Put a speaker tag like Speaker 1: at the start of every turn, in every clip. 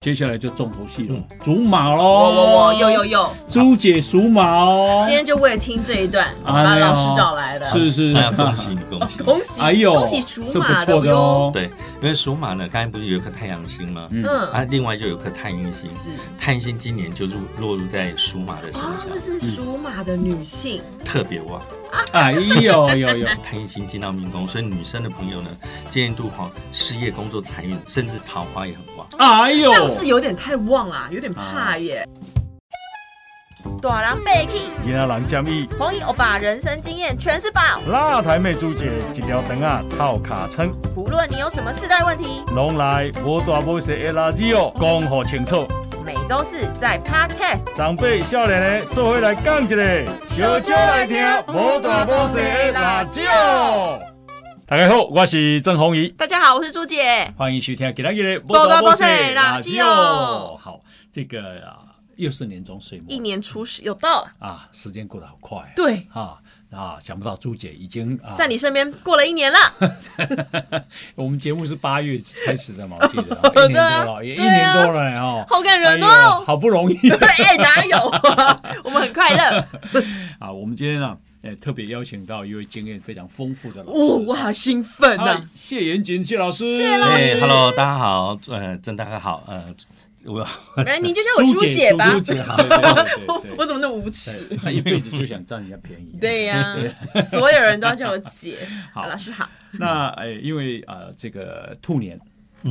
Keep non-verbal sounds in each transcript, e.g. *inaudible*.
Speaker 1: 接下来就重头戏了，
Speaker 2: 嗯
Speaker 1: 属马
Speaker 3: 哦
Speaker 1: 喽！
Speaker 4: 我我有有有，
Speaker 1: 朱姐属马哦
Speaker 4: 今。天就为了听这一段，
Speaker 1: 啊
Speaker 4: 把
Speaker 1: 没有
Speaker 4: 老师找来的。
Speaker 1: 是是，
Speaker 5: 哎呀，恭喜你，恭
Speaker 4: *laughs*
Speaker 5: 喜！
Speaker 4: 啊恭
Speaker 1: *laughs*
Speaker 4: 喜，
Speaker 1: 哎呦，
Speaker 4: 恭喜属
Speaker 1: 这
Speaker 4: 马
Speaker 1: 不
Speaker 4: 的
Speaker 1: 错的
Speaker 4: 哟。
Speaker 1: 哦。
Speaker 5: 对，因为属马呢，刚才不是有一颗太阳星吗？
Speaker 1: 嗯
Speaker 5: 啊，
Speaker 4: 嗯，
Speaker 5: 另外就有一颗太阴星，
Speaker 4: 是
Speaker 5: 太阴星今年就入落入在属马的身
Speaker 3: 哦
Speaker 4: 啊，
Speaker 5: 上
Speaker 4: 这，是属马的女性，
Speaker 1: 嗯
Speaker 5: 特别旺。
Speaker 1: 哎呦呦呦，
Speaker 5: 太阴星进到命宫，所以女生的朋友呢，今年度哈事业、工作、财运，甚至桃花也很旺。
Speaker 1: 哎呦
Speaker 4: 这，样是有点太旺
Speaker 3: 啊
Speaker 4: 啦，有点怕耶。
Speaker 1: 哎
Speaker 3: 大人被气，
Speaker 2: 今仔人建议，
Speaker 3: 黄奕欧巴人生经验全是宝。
Speaker 2: 哪台妹主姐一条肠啊套卡称，
Speaker 3: 不论你有什么世代问题，
Speaker 2: 拢来无大无小的垃圾哦，讲好清楚。
Speaker 3: 每周四在 Podcast。
Speaker 2: 长辈少年的做伙来讲一个，
Speaker 3: 小酒来听无大无小的辣椒。
Speaker 2: 哦大家好，我是郑宏仪，
Speaker 3: 大家好，我是朱姐。
Speaker 1: 欢迎收听今天的《
Speaker 3: 报道报社垃圾
Speaker 1: 哦
Speaker 3: 哦》。
Speaker 1: 好，这个啊，又是年终岁末，
Speaker 3: 一年初十又到了，
Speaker 1: 啊，时间过得好快啊。
Speaker 3: 对，
Speaker 1: 啊啊，想不到朱姐已经啊，
Speaker 3: 在你身边过了一年
Speaker 1: *laughs*
Speaker 3: 了，
Speaker 1: 我们节目是八月开始的嘛，我记
Speaker 3: *laughs*
Speaker 1: 得啊一年多了，也一
Speaker 3: 对啊
Speaker 1: 年多了呢哦。
Speaker 3: 好感人
Speaker 1: 哎呦
Speaker 3: 哦。
Speaker 1: 好不容易
Speaker 3: 哎，哪有啊？
Speaker 1: *laughs*
Speaker 3: 我们很快乐。
Speaker 1: 啊！我们今天啊，哎，特别邀请到一位经验非常丰富的老师，
Speaker 3: 哦，我好兴奋
Speaker 1: 啊
Speaker 3: 呐！，
Speaker 1: 谢延锦，谢老师，
Speaker 3: 谢老师
Speaker 5: 哎，Hello，大家好，呃，郑大哥好，呃，我
Speaker 3: 来，哎你就叫我朱
Speaker 1: 姐
Speaker 3: 姐吧。
Speaker 1: 哎朱姐，啊对对
Speaker 3: 我
Speaker 1: 对对
Speaker 3: *laughs* 我
Speaker 1: 对，
Speaker 3: 怎么那么无耻？
Speaker 1: 他一辈子就想占人家便宜。啊
Speaker 3: 对呀，所有人都要叫我姐。
Speaker 1: *laughs* 好
Speaker 3: 好，老师好。
Speaker 1: 那哎，因为呃，这个兔年，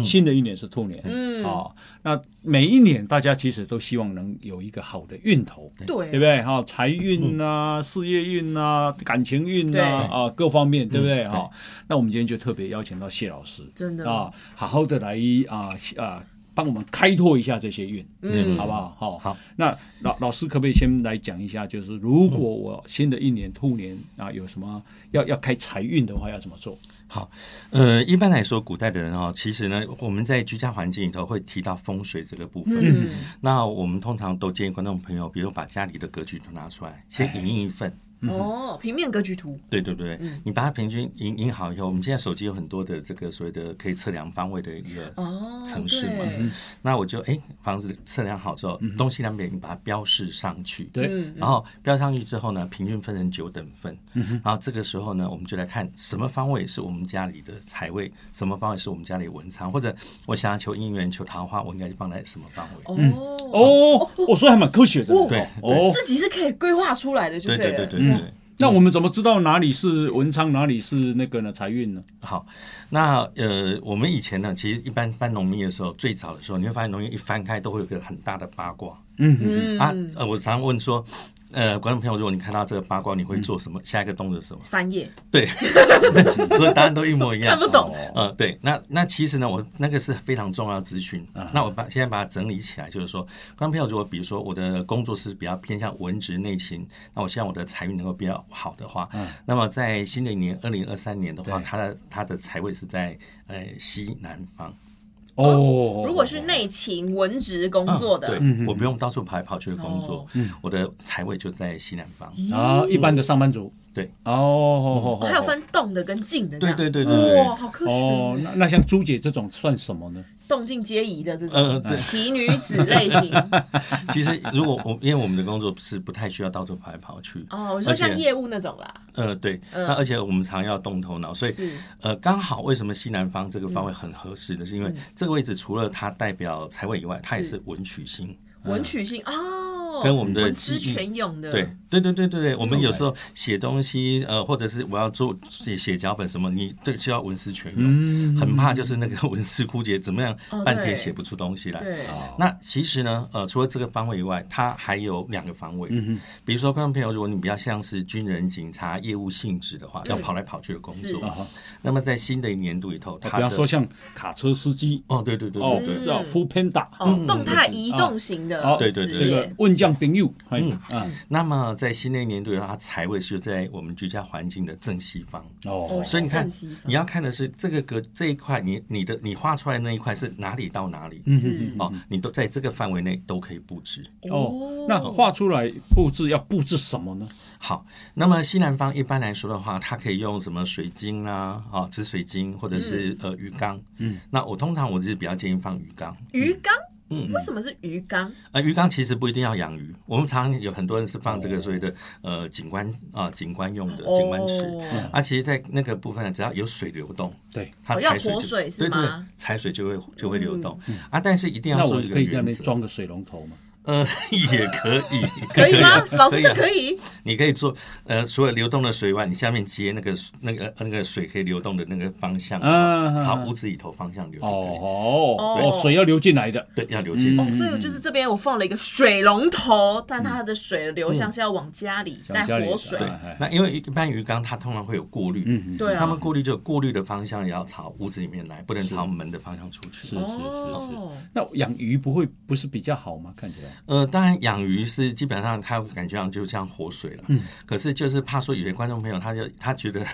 Speaker 1: 新的一年是兔年，
Speaker 3: 嗯
Speaker 1: 好，那每一年大家其实都希望能有一个好的运头，对不
Speaker 3: 对，
Speaker 1: 对？哈，财运呐、事业运呐、感情运呐
Speaker 3: 对
Speaker 1: 啊，各方面，对不对？哈，那我们今天就特别邀请到谢老师，
Speaker 3: 真的
Speaker 1: 啊，好好的来啊啊，帮我们开拓一下这些运，
Speaker 3: 嗯
Speaker 1: 好不好？好，
Speaker 5: 好。
Speaker 1: 那老老师可不可以先来讲一下，就是如果我新的一年兔年啊，有什么要要开财运的话，要怎么做？
Speaker 5: 好，呃，一般来说，古代的人哦，其实呢，我们在居家环境里头会提到风水这个部分。
Speaker 3: 嗯，
Speaker 5: 那我们通常都建议观众朋友，比如把家里的格局都拿出来，先影印一份。
Speaker 1: 嗯
Speaker 3: 哦，平面格局图，
Speaker 5: 对对对，
Speaker 3: 嗯
Speaker 5: 你把它平均影印好以后，我们现在手机有很多的这个所谓的可以测量方位的一个
Speaker 3: 哦
Speaker 5: 城市嘛
Speaker 3: 对。
Speaker 5: 嗯那我就哎，房子测量好之后，东西南北你把它标示上去。对
Speaker 1: 对
Speaker 3: 嗯，
Speaker 5: 然后标上去之后呢，平均分成九等份。然后这个时候呢，我们就来看什么方位是我们家里的财位，什么方位是我们家里的文昌，或者我想要求姻缘、求桃花，我应该放在什么方位？
Speaker 3: 哦，
Speaker 1: 哦，我说还蛮科学的
Speaker 3: 哦，
Speaker 5: 对
Speaker 1: 嗯哦。
Speaker 3: 自己是可以规划出来的，就
Speaker 5: 对对
Speaker 3: 了
Speaker 5: 对对对。
Speaker 1: 那我们怎么知道哪里是文昌，哪里是那个呢财运呢？
Speaker 5: 好，那呃，我们以前呢，其实一般翻农民的时候，最早的时候，你会发现农民一翻开都会有一个很大的八卦。
Speaker 3: 嗯
Speaker 5: 啊，呃，我常常问说，呃，观众朋友，如果你看到这个八卦，你会做什么？下一个动作是什么？
Speaker 3: 翻页，
Speaker 5: 对， *laughs* 所以答案都一模一样。
Speaker 3: 看不懂
Speaker 5: 呃，对，那那其实呢，我那个是非常重要的资讯。那我把现在把它整理起来，就是说，观众朋友，如果比如说我的工作是比较偏向文职内勤，那我希望我的财运能够比较好的话，那么在新的一年二零二三年的话，
Speaker 1: 对
Speaker 5: 它的它的财位是在呃西南方。
Speaker 1: 哦，
Speaker 3: 如果是内勤文职工作
Speaker 4: 嗯
Speaker 3: 的，
Speaker 5: 哦啊对，我不用到处跑来跑去的工作
Speaker 3: 哦，
Speaker 5: 我的财位就在西南方。
Speaker 1: 啊，一般的上班族，
Speaker 5: 对，
Speaker 1: 哦，
Speaker 3: 还有分动的跟静的这
Speaker 5: 对
Speaker 3: 样，
Speaker 5: 对对对对
Speaker 3: 哇，。好科
Speaker 1: 哦，
Speaker 3: 学，
Speaker 1: 那那像朱姐这种算什么呢？
Speaker 3: 动静皆宜的这
Speaker 5: 呃
Speaker 3: 种
Speaker 5: 对
Speaker 3: 奇女子类
Speaker 5: *laughs*
Speaker 3: 型，
Speaker 5: 其实，如果我因为我们的工作是不太需要到处跑来跑去，
Speaker 3: 哦，我说
Speaker 5: 而
Speaker 3: 像
Speaker 5: 且
Speaker 3: 业务那种啦，
Speaker 5: 呃，对，那而且我们常要动头脑，所以
Speaker 3: 嗯是嗯
Speaker 5: 呃，刚好为什么西南方这个方位很合适的是因为这个位置除了它代表财位以外，它也
Speaker 3: 是
Speaker 5: 是文曲星，
Speaker 3: 文曲星哦，
Speaker 5: 嗯跟我们的
Speaker 3: 文思
Speaker 5: 记忆
Speaker 3: 泉涌的，
Speaker 5: 对，对对对对对，我们有时候写东西，呃，或者是我要做写写脚本什么，你对需要文思泉涌，很怕就是那个文 *laughs* 思枯竭，怎么样
Speaker 3: 嗯哦
Speaker 5: 半天
Speaker 3: 对
Speaker 5: 写不出东西来。
Speaker 3: 对，
Speaker 5: 那其实呢，呃，除了这个方位以外，它还有两个方位。嗯比如说，观众朋友，如果你比较像是军人、警察业务性质的话，要跑来跑去的工
Speaker 3: 是
Speaker 5: 作
Speaker 1: 啊哈，
Speaker 5: 那么在新的一年度里头，
Speaker 1: 比
Speaker 5: 它
Speaker 1: 方
Speaker 5: 的
Speaker 1: 哦说像卡车司机，
Speaker 5: 哦，对对对
Speaker 1: 哦
Speaker 5: 对对，，
Speaker 1: 叫 Food Panda，
Speaker 3: 哦，动态移动型的职
Speaker 1: 啊
Speaker 3: 业，
Speaker 5: 嗯哦对对对
Speaker 1: 这个问将朋友，嗯啊，
Speaker 5: 那么在新的一年度里头，它财位是在我们居家环境的正西方。
Speaker 1: 哦，
Speaker 5: 所以你看
Speaker 3: 正西，方
Speaker 5: 你要看的是这个格这一块，你你的你画出来的那一块是哪里到哪里，
Speaker 1: 嗯
Speaker 3: 是
Speaker 4: 嗯
Speaker 5: 哦，你都在这个范围内都可以布置。
Speaker 1: 哦，那画出来布置要布置什么呢？
Speaker 5: 好，那么西南方一般来说的话，它可以用什么水晶啦、啊，
Speaker 1: 嗯
Speaker 5: 紫水晶或者是、呃鱼缸。嗯，那我通常我是比较建议放鱼缸。
Speaker 3: 鱼缸
Speaker 5: 嗯
Speaker 4: 为什么是鱼缸？
Speaker 5: 呃，鱼缸其实不一定要养鱼，我们常常有很多人是放这
Speaker 4: 哦
Speaker 5: 个所谓的呃景观啊、景观用的景观池。
Speaker 4: 哦
Speaker 5: 啊，其实，在那个部分呢，只要有水流动，
Speaker 1: 对，
Speaker 5: 它
Speaker 4: 哦要
Speaker 5: 踩水
Speaker 4: 活
Speaker 5: 就
Speaker 4: 水是
Speaker 5: 对对
Speaker 4: 吗，嗯
Speaker 5: 踩水就会就会流动啊。但是一定
Speaker 1: 那
Speaker 5: 要
Speaker 1: 我
Speaker 5: 做一
Speaker 1: 可
Speaker 5: 个
Speaker 1: 以在那
Speaker 5: 原
Speaker 1: 边
Speaker 5: 则，
Speaker 1: 装个水龙头嘛？
Speaker 5: 呃， *laughs* 也可以，
Speaker 4: 可
Speaker 5: *laughs*
Speaker 4: 以吗
Speaker 5: 啊？
Speaker 4: 老师，这
Speaker 5: 啊
Speaker 4: 可以？哦
Speaker 5: 你可以做呃，除了流动的水以外，你下面接那个那个那个水可以流动的那个方向，
Speaker 1: 啊
Speaker 5: 朝屋子里头方向流就可以。
Speaker 1: 哦嗯
Speaker 4: 对
Speaker 1: 哦，水要流进来的，
Speaker 5: 对，要流进来。
Speaker 4: 哦，所以就是这边我放了一个水龙头，
Speaker 5: 嗯
Speaker 4: 但它的水流向是要往家里带
Speaker 1: 往家里
Speaker 4: 活水
Speaker 1: 带
Speaker 5: 对
Speaker 1: 哎哎，
Speaker 5: 那因为一般鱼缸它通常会有过滤，
Speaker 1: 嗯嗯，
Speaker 4: 对啊
Speaker 5: 他们过滤就有过滤的方向也要朝屋子里面来，不能朝门的方向出去。
Speaker 1: 嗯是是是是。
Speaker 4: 哦，
Speaker 1: 那养鱼不会不是比较好吗？看起来
Speaker 5: 呃，当然养鱼是基本上它感觉上就像活水了，
Speaker 4: 嗯
Speaker 5: 可是就是怕说有些观众朋友他就他觉得 *laughs*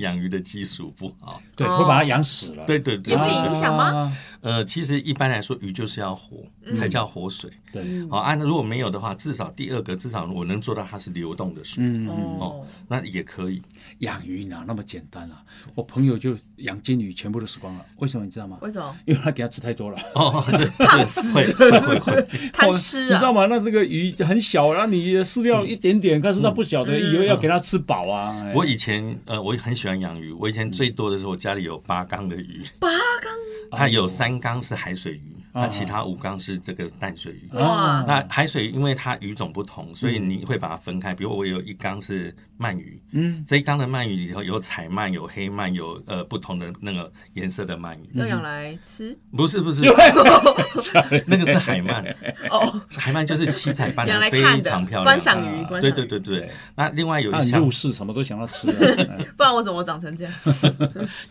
Speaker 5: 养鱼的技术不好，
Speaker 1: 对，
Speaker 4: 哦
Speaker 1: 会把它养死了，啊
Speaker 5: 对对对，
Speaker 4: 也会
Speaker 5: 对
Speaker 4: 影响吗？
Speaker 5: 呃，其实一般来说鱼就是要活
Speaker 4: 嗯
Speaker 5: 才叫活水，
Speaker 1: 对，
Speaker 5: 好、按、啊、如果没有的话，至少第二个至少我能做到它是流动的水，
Speaker 4: 嗯
Speaker 5: 哦，那也可以。
Speaker 1: 养鱼哪那么简单啊？我朋友就养金鱼，全部都死光了，为什么你知道吗？
Speaker 4: 为什么
Speaker 1: 因为他给他吃太多了，
Speaker 4: *laughs*
Speaker 5: 哦，对对对，会会会，
Speaker 4: 贪吃
Speaker 1: 你知道
Speaker 4: 啊？
Speaker 1: 吗？那这个鱼很小，然后你饲料一点点，但是它不小的，以后要给它吃饱啊。哎嗯
Speaker 5: 我以前呃，我很喜欢养鱼，我以前最多的时候，我家里有八缸的鱼，
Speaker 4: 八缸
Speaker 5: 它有三缸是海水鱼，
Speaker 1: 啊
Speaker 5: 那其他五缸是这个淡水
Speaker 1: 哦
Speaker 5: 鱼。
Speaker 4: 哇，
Speaker 5: 那海水鱼因为它鱼种不
Speaker 1: 嗯
Speaker 5: 同，所以你会把它分开。比如我有一缸是鳗鱼，
Speaker 1: 嗯，
Speaker 5: 这一缸的鳗鱼里头有彩鳗、有黑鳗、有呃不同的那个颜色的鳗鱼。
Speaker 4: 要
Speaker 1: 嗯
Speaker 4: 养来吃
Speaker 5: 不
Speaker 1: *laughs*
Speaker 5: 是不是，那个是海鳗，
Speaker 4: 哦，
Speaker 5: *laughs* 海鳗就是七彩
Speaker 4: *laughs*
Speaker 5: 斑
Speaker 4: 养来
Speaker 5: 斓，非
Speaker 4: 看的
Speaker 5: 常漂亮。啊
Speaker 4: 观赏鱼，观赏
Speaker 5: 对
Speaker 4: 鱼
Speaker 5: 对对对，那另外有
Speaker 1: 它
Speaker 5: 一
Speaker 1: 很
Speaker 5: 箱
Speaker 1: 入世，什么都想要 *laughs* 吃啊。哎
Speaker 4: 不然我怎么长
Speaker 5: *laughs*
Speaker 4: 成这样？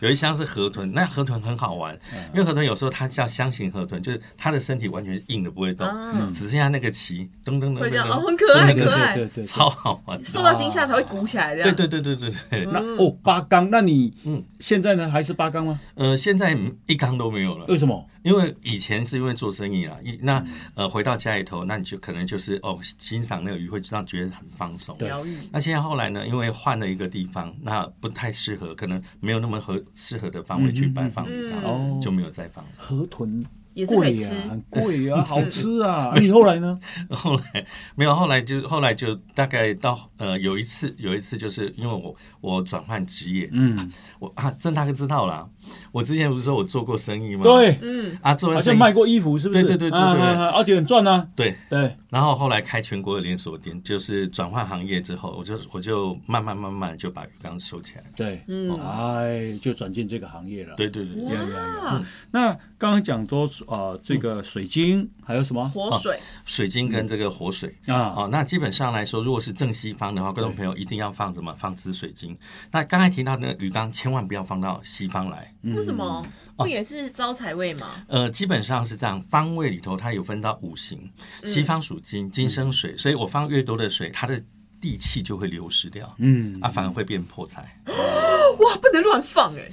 Speaker 5: 有一箱是河豚，那河豚很好玩，因为河豚有时候它叫箱型河豚，就是它的身体完全是硬的不会动，
Speaker 4: 啊
Speaker 5: 只剩下那个鳍噔噔噔
Speaker 4: 会
Speaker 5: 噔
Speaker 4: 这样
Speaker 5: 噔，
Speaker 4: 哦很可爱
Speaker 5: 真的
Speaker 4: 可爱
Speaker 1: 对对对，
Speaker 5: 超好玩。
Speaker 4: 受到啊惊吓才会鼓起来这
Speaker 5: 对
Speaker 4: 样。
Speaker 5: 对对对对对，
Speaker 1: 那哦八缸，那你
Speaker 5: 嗯
Speaker 1: 现在呢还是八缸吗？
Speaker 5: 呃，现在一缸都没有了，
Speaker 1: 为什么？
Speaker 5: 因为以前是因为做生意啊，一那呃回到家里头，那你就可能就是哦欣赏那个鱼，会让觉得很放松。
Speaker 4: 疗愈
Speaker 5: 那现在后来呢？因为换了一个地方，那不太适合，可能没有那么合适合的方位去摆放鱼缸，
Speaker 1: 嗯
Speaker 5: 就没有再放了。
Speaker 1: 河豚
Speaker 4: 也是可
Speaker 1: 贵
Speaker 4: 以吃
Speaker 1: 啊，
Speaker 5: 嗯
Speaker 1: 很贵
Speaker 4: *laughs*
Speaker 1: 啊，好吃啊。啊你后来呢？
Speaker 5: 后来没有，后来就后来就大概到呃有一次有一次就是因为我我转换职业，
Speaker 1: 嗯，
Speaker 5: 我啊郑大哥知道啦，我之前不是说我做过生意吗？
Speaker 1: 对，
Speaker 4: 嗯，
Speaker 5: 啊，做
Speaker 1: 好
Speaker 5: 完
Speaker 1: 像
Speaker 5: 生
Speaker 1: 卖
Speaker 5: 意
Speaker 1: 过衣服，是不是？
Speaker 5: 对对对对
Speaker 1: 啊
Speaker 5: 对
Speaker 1: 啊啊而且很赚啊。
Speaker 5: 对，
Speaker 1: 对，
Speaker 5: 然后后来开全国的连锁店，就是转换行业之后，我就我就慢慢慢慢就把鱼缸收起来了。
Speaker 1: 对，
Speaker 4: 嗯
Speaker 1: 哎，就转进这个行业了。，
Speaker 5: 对对对，对
Speaker 1: 呀呀呀
Speaker 4: 哇，
Speaker 1: 那刚刚讲说呃，这个水晶还有什么
Speaker 4: 活水
Speaker 5: 水晶跟这个活水。
Speaker 1: 啊？
Speaker 5: 哦，那基本上来说，如果是正西方的话，观众朋友一定要放什么？放紫水晶。那刚才提到那个鱼缸，千万不要放到西方来。
Speaker 4: 为什么？
Speaker 5: 嗯
Speaker 4: 不也是招财位吗？
Speaker 5: 呃，基本上是这样，方位里头它有分到五行，
Speaker 4: 嗯
Speaker 5: 西方属金，金生水，所以我放越多的水，它的地气就会流失掉，
Speaker 1: 嗯，
Speaker 5: 啊，反而会变破财。
Speaker 4: 哇，不能乱放哎！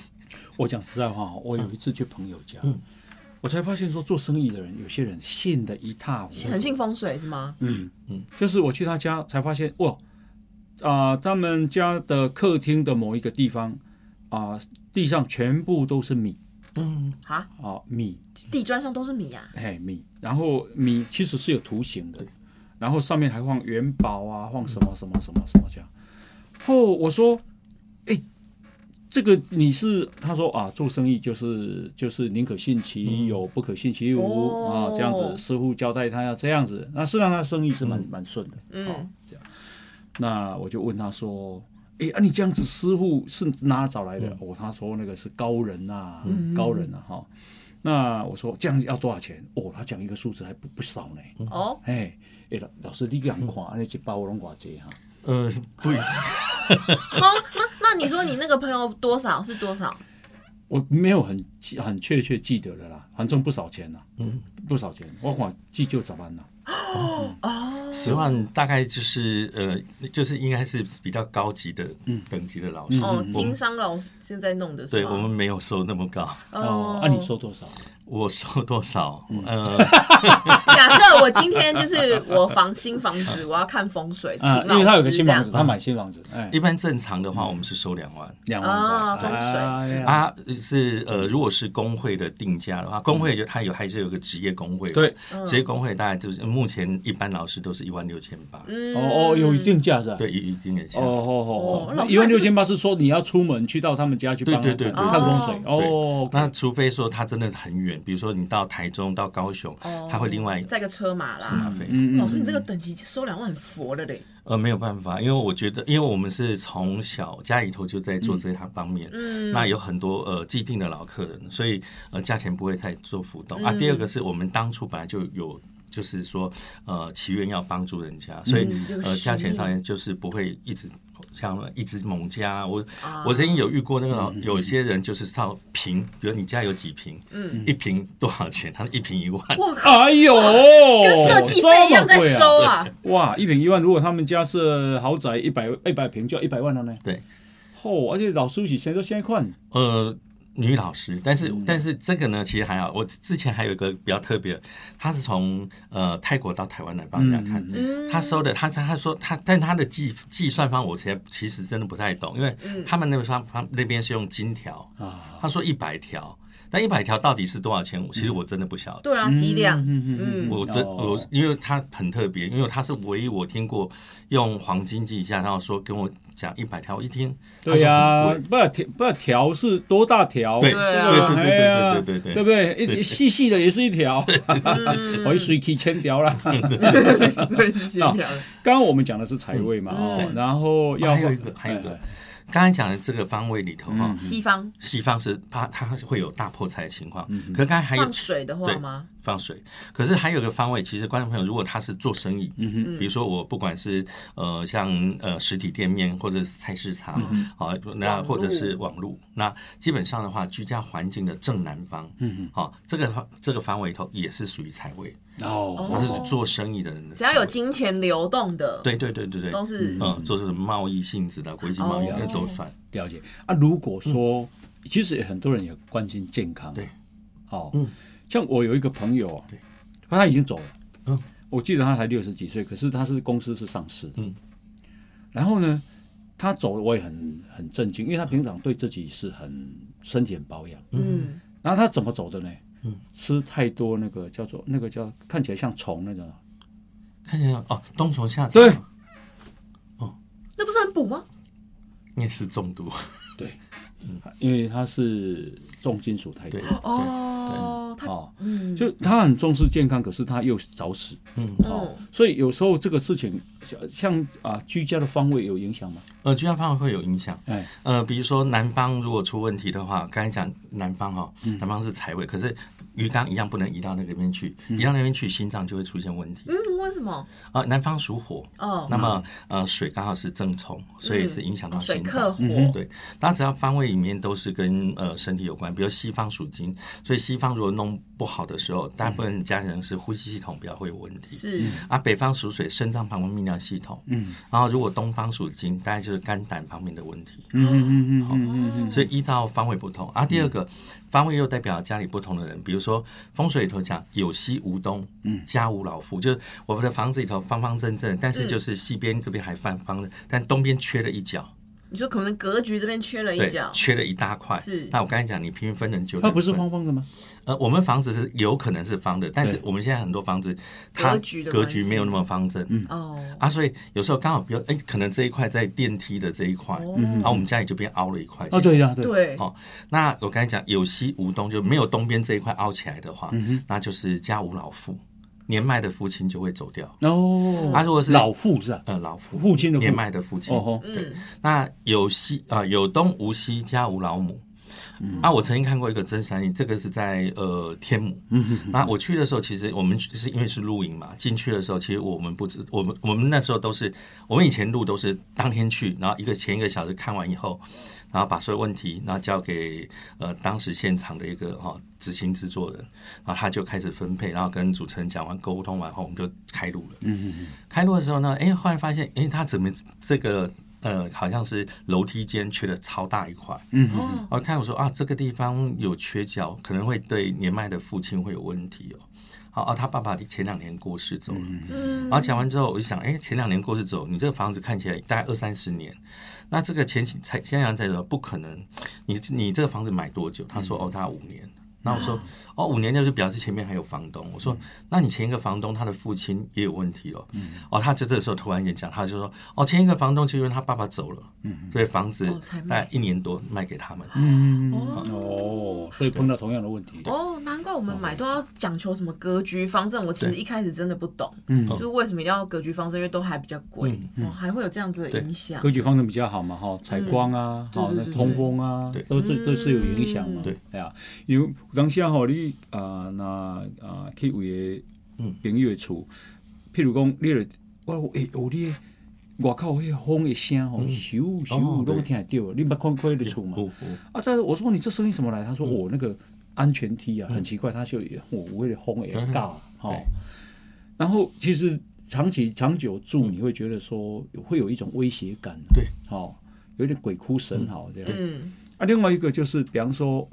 Speaker 1: 我讲实在话哦，我有一次去朋友家，
Speaker 4: 嗯
Speaker 1: 我才发现说做生意的人，有些人信的一塌糊涂，
Speaker 4: 很信风水是吗？
Speaker 1: 嗯
Speaker 5: 嗯，
Speaker 1: 就是我去他家才发现，哇，啊、他们家的客厅的某一个地方，啊、地上全部都是米
Speaker 5: 嗯，
Speaker 4: 啊，
Speaker 1: 啊、米，
Speaker 4: 地砖上都是米啊！
Speaker 1: 嘿米，然后米其实是有图形的，然后上面还放元宝啊，放什么什么什么什么这样。后我说，哎，这个你是？他说啊，做生意就是就是宁可信其有，不可信其无、
Speaker 4: 嗯哦
Speaker 1: 啊，这样子。师傅交代他要这样子，那事实上他生意是蛮、蛮顺的，
Speaker 4: 嗯
Speaker 1: 哦，这样。那我就问他说。哎、啊，你这样子，师傅是哪找来的？
Speaker 5: 嗯
Speaker 1: 哦，他说那个是高人呐、
Speaker 4: 嗯
Speaker 1: 高人呐、哈。那我说这样要多少钱？哦，他讲一个数字还不不少呢。
Speaker 5: 嗯
Speaker 4: 哦，
Speaker 1: 哎、哎，老老师你这样看，安尼一包拢偌济哈？
Speaker 5: 呃，不一定，
Speaker 4: 哦，那那你说你那个朋友多少是多少？
Speaker 1: 我没有很记很确切记得了啦，反正不少钱啦，
Speaker 5: 嗯，
Speaker 1: 不少钱，我看记就早班啦。
Speaker 4: 哦，
Speaker 5: 十万大概就是呃，就是应该是比较高级的等级的老师。
Speaker 4: 哦
Speaker 5: 嗯我，们
Speaker 4: 经商老师现在弄的是
Speaker 5: 对哦
Speaker 4: 吗
Speaker 5: 我们没有收那么高，
Speaker 4: 哦
Speaker 1: 哦哦，那、啊、你收多少？
Speaker 5: 我收多少？呃，
Speaker 4: 假设我今天就是我房新房子，我要看风水，请
Speaker 1: 啊，因
Speaker 4: 老
Speaker 1: 为他有个
Speaker 4: 师这
Speaker 1: 新房子，
Speaker 4: 样。
Speaker 1: 他买新房子，哎，
Speaker 5: 一般正常的话，我们是收两万。
Speaker 1: 两
Speaker 4: 啊
Speaker 1: 万块
Speaker 4: 风水
Speaker 1: 哎呀
Speaker 5: 啊，是呃，如果是工会的定价的话，工会就它有还是有个职业工会，
Speaker 1: 嗯对，
Speaker 5: 职业工会大概就是目前一般老师都是一万六千八，
Speaker 4: 嗯
Speaker 1: 哦哦，有一定价是吧？
Speaker 5: 对，一一定的
Speaker 1: 哦，
Speaker 5: 钱。
Speaker 1: 哦哦
Speaker 4: 哦
Speaker 1: 哦，
Speaker 4: 老
Speaker 1: 那
Speaker 4: 师
Speaker 1: 一万六千八是说你要出门去到他们家去帮他
Speaker 5: 对对对对
Speaker 1: 看风水
Speaker 5: 对
Speaker 1: 哦，
Speaker 5: 那除非说他真的很远，比如说你到台中、到高雄，
Speaker 4: 哦
Speaker 5: 他会另外
Speaker 4: 再个车马
Speaker 5: 是马
Speaker 4: 啦。
Speaker 5: 费。
Speaker 1: 嗯嗯
Speaker 4: 老师，你这个等级收两万很佛了嘞。
Speaker 5: 呃，没有办法，因为我觉得，因为我们是从小家里头就在做这一行方面，
Speaker 4: 嗯
Speaker 5: 那有很多呃既定的老客人，所以呃价钱不会再做浮动、啊。第二
Speaker 4: 嗯
Speaker 5: 个是我们当初本来就有。就是说，呃，祈愿要帮助人家，所以、
Speaker 4: 嗯有
Speaker 5: 呃，
Speaker 4: 使
Speaker 5: 价钱上
Speaker 4: 命
Speaker 5: 面就是不会一直像一直猛加。我、
Speaker 4: 啊
Speaker 5: 我曾经有遇过那个老，有些人就是到平，比如你家有几平，嗯，一平多少钱？他一平一万，
Speaker 4: 我靠，
Speaker 1: 哎呦，
Speaker 4: *laughs* 跟设计费一样在
Speaker 1: 这么
Speaker 4: 收
Speaker 1: 贵啊！
Speaker 4: 啊！
Speaker 1: 哇，一平一万，如果他们家是豪宅，一百一百平就要一百万了呢。
Speaker 5: 对，
Speaker 1: 哦，而且老师起谁都先看，
Speaker 5: 呃，女老师，但是、但是这个呢，其实还好。我之前还有一个比较特别的，她是从呃泰国到台湾来帮人家看，她收的，她她她说她，但她的计计算方我其实其实真的不太懂，因为他们那边方方那边是用金条
Speaker 1: 啊，
Speaker 5: 她说一百条，但一百条到底是多少钱？我其实我真的不晓得。
Speaker 4: 对啊，几两？
Speaker 1: 嗯
Speaker 4: 嗯
Speaker 5: 我真
Speaker 1: 哦
Speaker 5: 我，因为她很特别，因为她是唯一我听过用黄金计价，然后说跟我讲一百条，我一听，她
Speaker 1: 对
Speaker 5: 说很
Speaker 1: 呀
Speaker 5: 贵，
Speaker 1: 不要条不要条是多大条？
Speaker 5: 对
Speaker 4: 对
Speaker 1: 对
Speaker 4: 啊
Speaker 1: 吧
Speaker 5: 对对对
Speaker 1: 哎呀
Speaker 5: 对对对
Speaker 1: 对不对？一细细的也是一条， *laughs* 嗯
Speaker 4: 嗯
Speaker 1: 我一水起千条啦。
Speaker 4: 对，几
Speaker 1: 哦
Speaker 4: *laughs* 两？
Speaker 1: 刚刚我们讲的是财位嘛，
Speaker 5: 嗯
Speaker 1: 哦，然后要哎
Speaker 5: 还有一个，还有一个，刚才讲的这个方位里头哈、
Speaker 1: 嗯
Speaker 4: 西方
Speaker 5: 西方是它它会有大破财的情况，
Speaker 1: 嗯
Speaker 5: 可是刚才还有
Speaker 4: 放水的话
Speaker 5: 对
Speaker 4: 吗？
Speaker 5: 放水，可是还有一个方位，其实观众朋友，如果他是做生意，嗯比如说我不管是呃像呃实体店面或者是菜市场啊、
Speaker 1: 嗯
Speaker 5: 那
Speaker 4: 网
Speaker 5: 或者
Speaker 4: 络
Speaker 5: 是网络，那基本上的话，居家环境的正南方，嗯好、这个方这个方位里头也是属于财位，
Speaker 1: 哦，
Speaker 5: 它是
Speaker 4: 哦
Speaker 5: 做生意的人的
Speaker 4: 只
Speaker 5: 财位，
Speaker 4: 要有金钱流动的，
Speaker 5: 对对对对对，
Speaker 4: 都是
Speaker 5: 嗯，做是贸易性质的国际贸易
Speaker 4: 哦
Speaker 5: 那都算。
Speaker 1: 了解啊。如果说，其实很多人也关心健康，啊
Speaker 5: 对，
Speaker 1: 哦，
Speaker 5: 嗯
Speaker 1: 像我有一个朋友啊
Speaker 5: 对，
Speaker 1: 他已经走了，
Speaker 5: 嗯
Speaker 1: 我记得他才六十几岁，可是他是公司是上市，
Speaker 5: 嗯，
Speaker 1: 然后呢，他走了我也很很震惊，因为他平常对自己是很身体很保养，
Speaker 4: 嗯，
Speaker 1: 然后他怎么走的呢？嗯，吃太多那个叫做那个叫看起来像虫那种，
Speaker 5: 看起来哦，冬虫夏草，
Speaker 1: 对，
Speaker 4: 那不是很补吗？
Speaker 5: 面食中毒，
Speaker 1: 对，因为他是重金属太多
Speaker 5: 嗯对，
Speaker 4: 哦，他
Speaker 1: 哦，
Speaker 4: 嗯，
Speaker 1: 就他很重视健康，可是他又早死，
Speaker 5: 嗯，
Speaker 1: 哦
Speaker 4: 嗯，
Speaker 1: 所以有时候这个事情像像啊居家的方位有影响吗？
Speaker 5: 呃，居家方面会有影响，
Speaker 1: 哎，
Speaker 5: 呃，比如说南方如果出问题的话，刚才讲南方哈、
Speaker 4: 嗯
Speaker 5: 南方是财位，可是鱼缸一样不能移到那个边去，移到那边去心脏就会出现问题，
Speaker 4: 嗯，为什么？
Speaker 5: 啊、南方属火，
Speaker 4: 哦，
Speaker 5: 那么呃水刚好是正冲，所以是影响到
Speaker 4: 嗯水
Speaker 5: 心
Speaker 4: 克
Speaker 5: 脏。
Speaker 4: 火，
Speaker 5: 对，那只要方位里面都是跟呃身体有关，比如西方属金，所以西方如果弄不好的时候，大部分家人是呼吸系统比较会有问题。
Speaker 4: 是
Speaker 5: 啊，北方属水，肾脏、膀胱、泌尿系统。嗯，然后如果东方属金，大概就是肝胆方面的问题。
Speaker 1: 嗯嗯嗯嗯嗯
Speaker 5: 所以依照方位不同啊，第二个、方位又代表家里不同的人，比如说风水里头讲有西无东，嗯，家无老夫，就是我们的房子里头方方正正，但是就是西边这边还泛方的，但东边缺了一角，
Speaker 4: 你说可能格局这边缺了一
Speaker 5: 对
Speaker 4: 角，，
Speaker 5: 缺了一大块。
Speaker 4: 是
Speaker 5: 那我刚才讲你平均分成九，
Speaker 1: 它不是方方的吗？
Speaker 5: 呃，我们房子是有可能是方的，但是
Speaker 1: 对
Speaker 5: 我们现在很多房子它
Speaker 4: 格局的
Speaker 5: 格
Speaker 4: 关
Speaker 5: 局
Speaker 4: 系
Speaker 5: 没有那么方正，嗯。
Speaker 4: 哦，
Speaker 5: 啊，所以有时候刚好，比如哎、可能这一块在电梯的这一块，然后我们家里就变凹了一块。
Speaker 1: 哦，对呀，对，
Speaker 4: 哦对，
Speaker 5: 哦，那我刚才讲有西无东，就没有东边这一块凹起来的话，
Speaker 1: 嗯
Speaker 5: 那就是家无老父，年迈的父亲就会走掉。
Speaker 1: 哦，
Speaker 5: 啊，如果是
Speaker 1: 老妇是吧？
Speaker 5: 呃老父
Speaker 1: 父亲的父
Speaker 5: 年迈的父亲，
Speaker 1: 哦吼，
Speaker 5: 对，
Speaker 4: 嗯
Speaker 5: 那有西呃有东无西，家无老母。啊，我曾经看过一个真善意，这个是在呃天母。那我去的时候，其实我们是因为是露营嘛，进去的时候，其实我们不知我们我们那时候都是我们以前录都是当天去，然后一个前一个小时看完以后，然后把所有问题，然后交给呃当时现场的一个哈、哦、执行制作人，然后他就开始分配，然后跟主持人讲完沟通完后，我们就开录了。开录的时候呢，哎，后来发现，哎，他怎么这个呃，好像是楼梯间缺的超大一块。
Speaker 4: 哦，
Speaker 5: 我看我说啊，这个地方有缺角，可能会对年迈的父亲会有问题哦。好啊，他爸爸前两年过世走了。
Speaker 4: 嗯
Speaker 5: 然后讲完之后，我就想，哎、前两年过世走，你这个房子看起来大概二三十年，那这个前期才前两年才走，不可能。你你这个房子买多久？他说，哦，大概五年。那我说，哦，五年就是表示前面还有房东。我说，那你前一个房东他的父亲也有问题哦。哦，他就这个时候突然间讲，他就说，哦，前一个房东就因为他爸爸走了，所以房子
Speaker 4: 哦才卖
Speaker 5: 大概一年多卖给他们。
Speaker 1: 嗯
Speaker 4: 哦
Speaker 1: 哦，所以碰到同样的问题，
Speaker 4: 哦，难怪我们买都要讲求什么格局方正。我其实
Speaker 5: 对
Speaker 4: 一开始真的不懂，
Speaker 1: 嗯
Speaker 4: 就是为什么要格局方正，因为都还比较贵，哦，还会有这样子的
Speaker 5: 嗯对
Speaker 4: 影响
Speaker 1: 格。局方程比较好嘛，哈，采光啊，
Speaker 4: 对
Speaker 1: 哈，
Speaker 4: 对
Speaker 1: 那
Speaker 4: 对
Speaker 1: 通风啊
Speaker 5: 对，
Speaker 1: 都是都是有影响嘛
Speaker 4: 嗯，
Speaker 5: 对
Speaker 1: 啊，因为有当下吼，你啊那啊去有的朋友的厝，譬如讲，你就我诶，有你的外口迄风的声吼，咻
Speaker 5: 哦
Speaker 1: 咻
Speaker 5: 对
Speaker 1: 拢听得到，你捌看过迄个厝嘛？
Speaker 5: 哦哦
Speaker 1: 啊，但是我说你这声音怎么来？他
Speaker 5: 嗯
Speaker 1: 说我那个安全梯啊，很奇怪，它就我为了轰也尬哈
Speaker 5: 嗯对。
Speaker 1: 然后其实长期长久住，你会觉得说会有一种威胁感、
Speaker 5: 对，
Speaker 1: 哦，有点鬼哭神嚎这样。
Speaker 4: 嗯，
Speaker 1: 啊，另外一个就是，比方说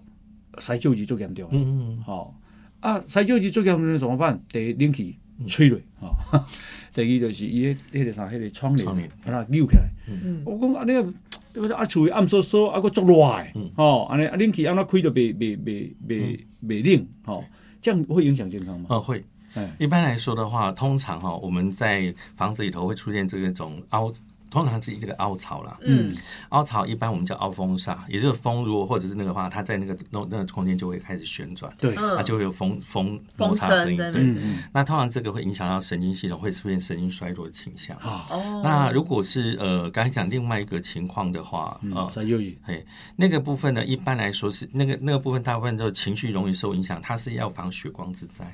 Speaker 1: 塞救急做严重，
Speaker 5: 嗯嗯
Speaker 1: 哦，啊，塞救急做严重怎么办？得拎起吹落哦。 *laughs* 第二就是伊迄迄个啥，迄个窗帘
Speaker 5: 窗帘，
Speaker 1: 把它扭起来。
Speaker 4: 嗯
Speaker 1: 我讲安尼，你说啊厝暗飕飕，啊个足热诶
Speaker 5: 嗯，
Speaker 1: 吼，安尼啊恁去安怎开都袂袂袂袂袂冷，吼，这样会影响健康吗？
Speaker 5: 哦会。
Speaker 1: 哎，
Speaker 5: 一般来说的话，通常哈、我们在房子里头会出现这种凹，通常是这个凹槽啦。
Speaker 4: 嗯，
Speaker 5: 凹槽一般我们叫凹风煞，也就是风如果或者是那个话，它在那个那那个空间就会开始旋转，
Speaker 1: 对，
Speaker 4: 嗯
Speaker 5: 它就会有风风摩
Speaker 4: 风
Speaker 5: 擦
Speaker 4: 声
Speaker 5: 声音。
Speaker 4: 在那
Speaker 5: 对，
Speaker 1: 嗯
Speaker 4: 边
Speaker 1: 嗯，
Speaker 5: 那通常这个会影响到神经系统，会出现神经衰弱的倾向。
Speaker 1: 好，
Speaker 4: 哦，
Speaker 5: 那如果是呃刚才讲另外一个情况的话，呃，
Speaker 1: 塞右翼，
Speaker 5: 嘿，那个部分呢，一般来说是那个那个部分，大部分都情绪容易受影响，它是要防血光之灾。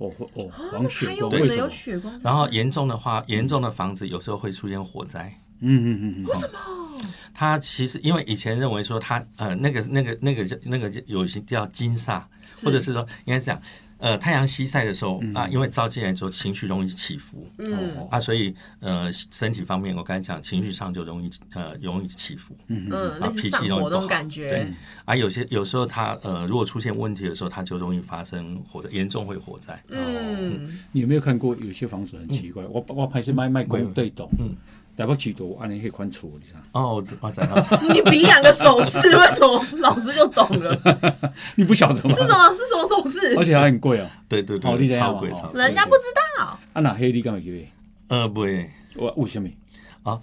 Speaker 1: 哦哦，
Speaker 4: 啊
Speaker 1: 黄血
Speaker 4: 还有
Speaker 1: 光
Speaker 4: 我
Speaker 1: 为
Speaker 4: 们
Speaker 1: 什
Speaker 4: 有
Speaker 1: 么？
Speaker 4: 血光之灾，
Speaker 5: 然后严重的话，严重的房子有时候会出现火灾。
Speaker 1: 嗯嗯嗯嗯，
Speaker 5: 它其实因为以前认为说它呃那个那个那个叫那个叫有一些叫金煞，
Speaker 4: 是
Speaker 5: 或者是说应该讲呃太阳西晒的时
Speaker 1: 嗯
Speaker 5: 候啊，因为照进来之后情绪容易起伏。
Speaker 4: 嗯
Speaker 5: 啊，所以呃，身体方面，我刚才讲，情绪上就容易呃容易起伏，
Speaker 4: 嗯，
Speaker 5: 啊
Speaker 4: 类似
Speaker 5: 脾
Speaker 4: 上
Speaker 5: 气容易
Speaker 4: 火
Speaker 5: 不
Speaker 4: 那种
Speaker 5: 好
Speaker 4: 感觉
Speaker 5: 对，啊，有些有时候它呃，如果出现问题的时候，它就容易发生火灾，严重会火灾。
Speaker 4: 嗯，
Speaker 1: 你有没有看过有些房子很奇怪？我我拍摄卖卖公对懂，
Speaker 5: 嗯
Speaker 1: 台北市都安尼迄款厝，你知道？
Speaker 5: 哦，我知我知道，
Speaker 4: 你比两个手势，为什么老师就懂了？
Speaker 1: *laughs* 你不晓得吗
Speaker 4: 是？什么？是什么手势
Speaker 1: 而？且还很贵哦，
Speaker 5: 对对
Speaker 1: 哦你
Speaker 5: 对，
Speaker 1: 知道
Speaker 5: 超
Speaker 1: 吗
Speaker 5: 贵
Speaker 1: 哦
Speaker 5: 超贵。
Speaker 4: 人家不知道，
Speaker 1: 啊那黑你干嘛去买？
Speaker 5: 呃不会。
Speaker 1: 我为什么？
Speaker 5: 啊，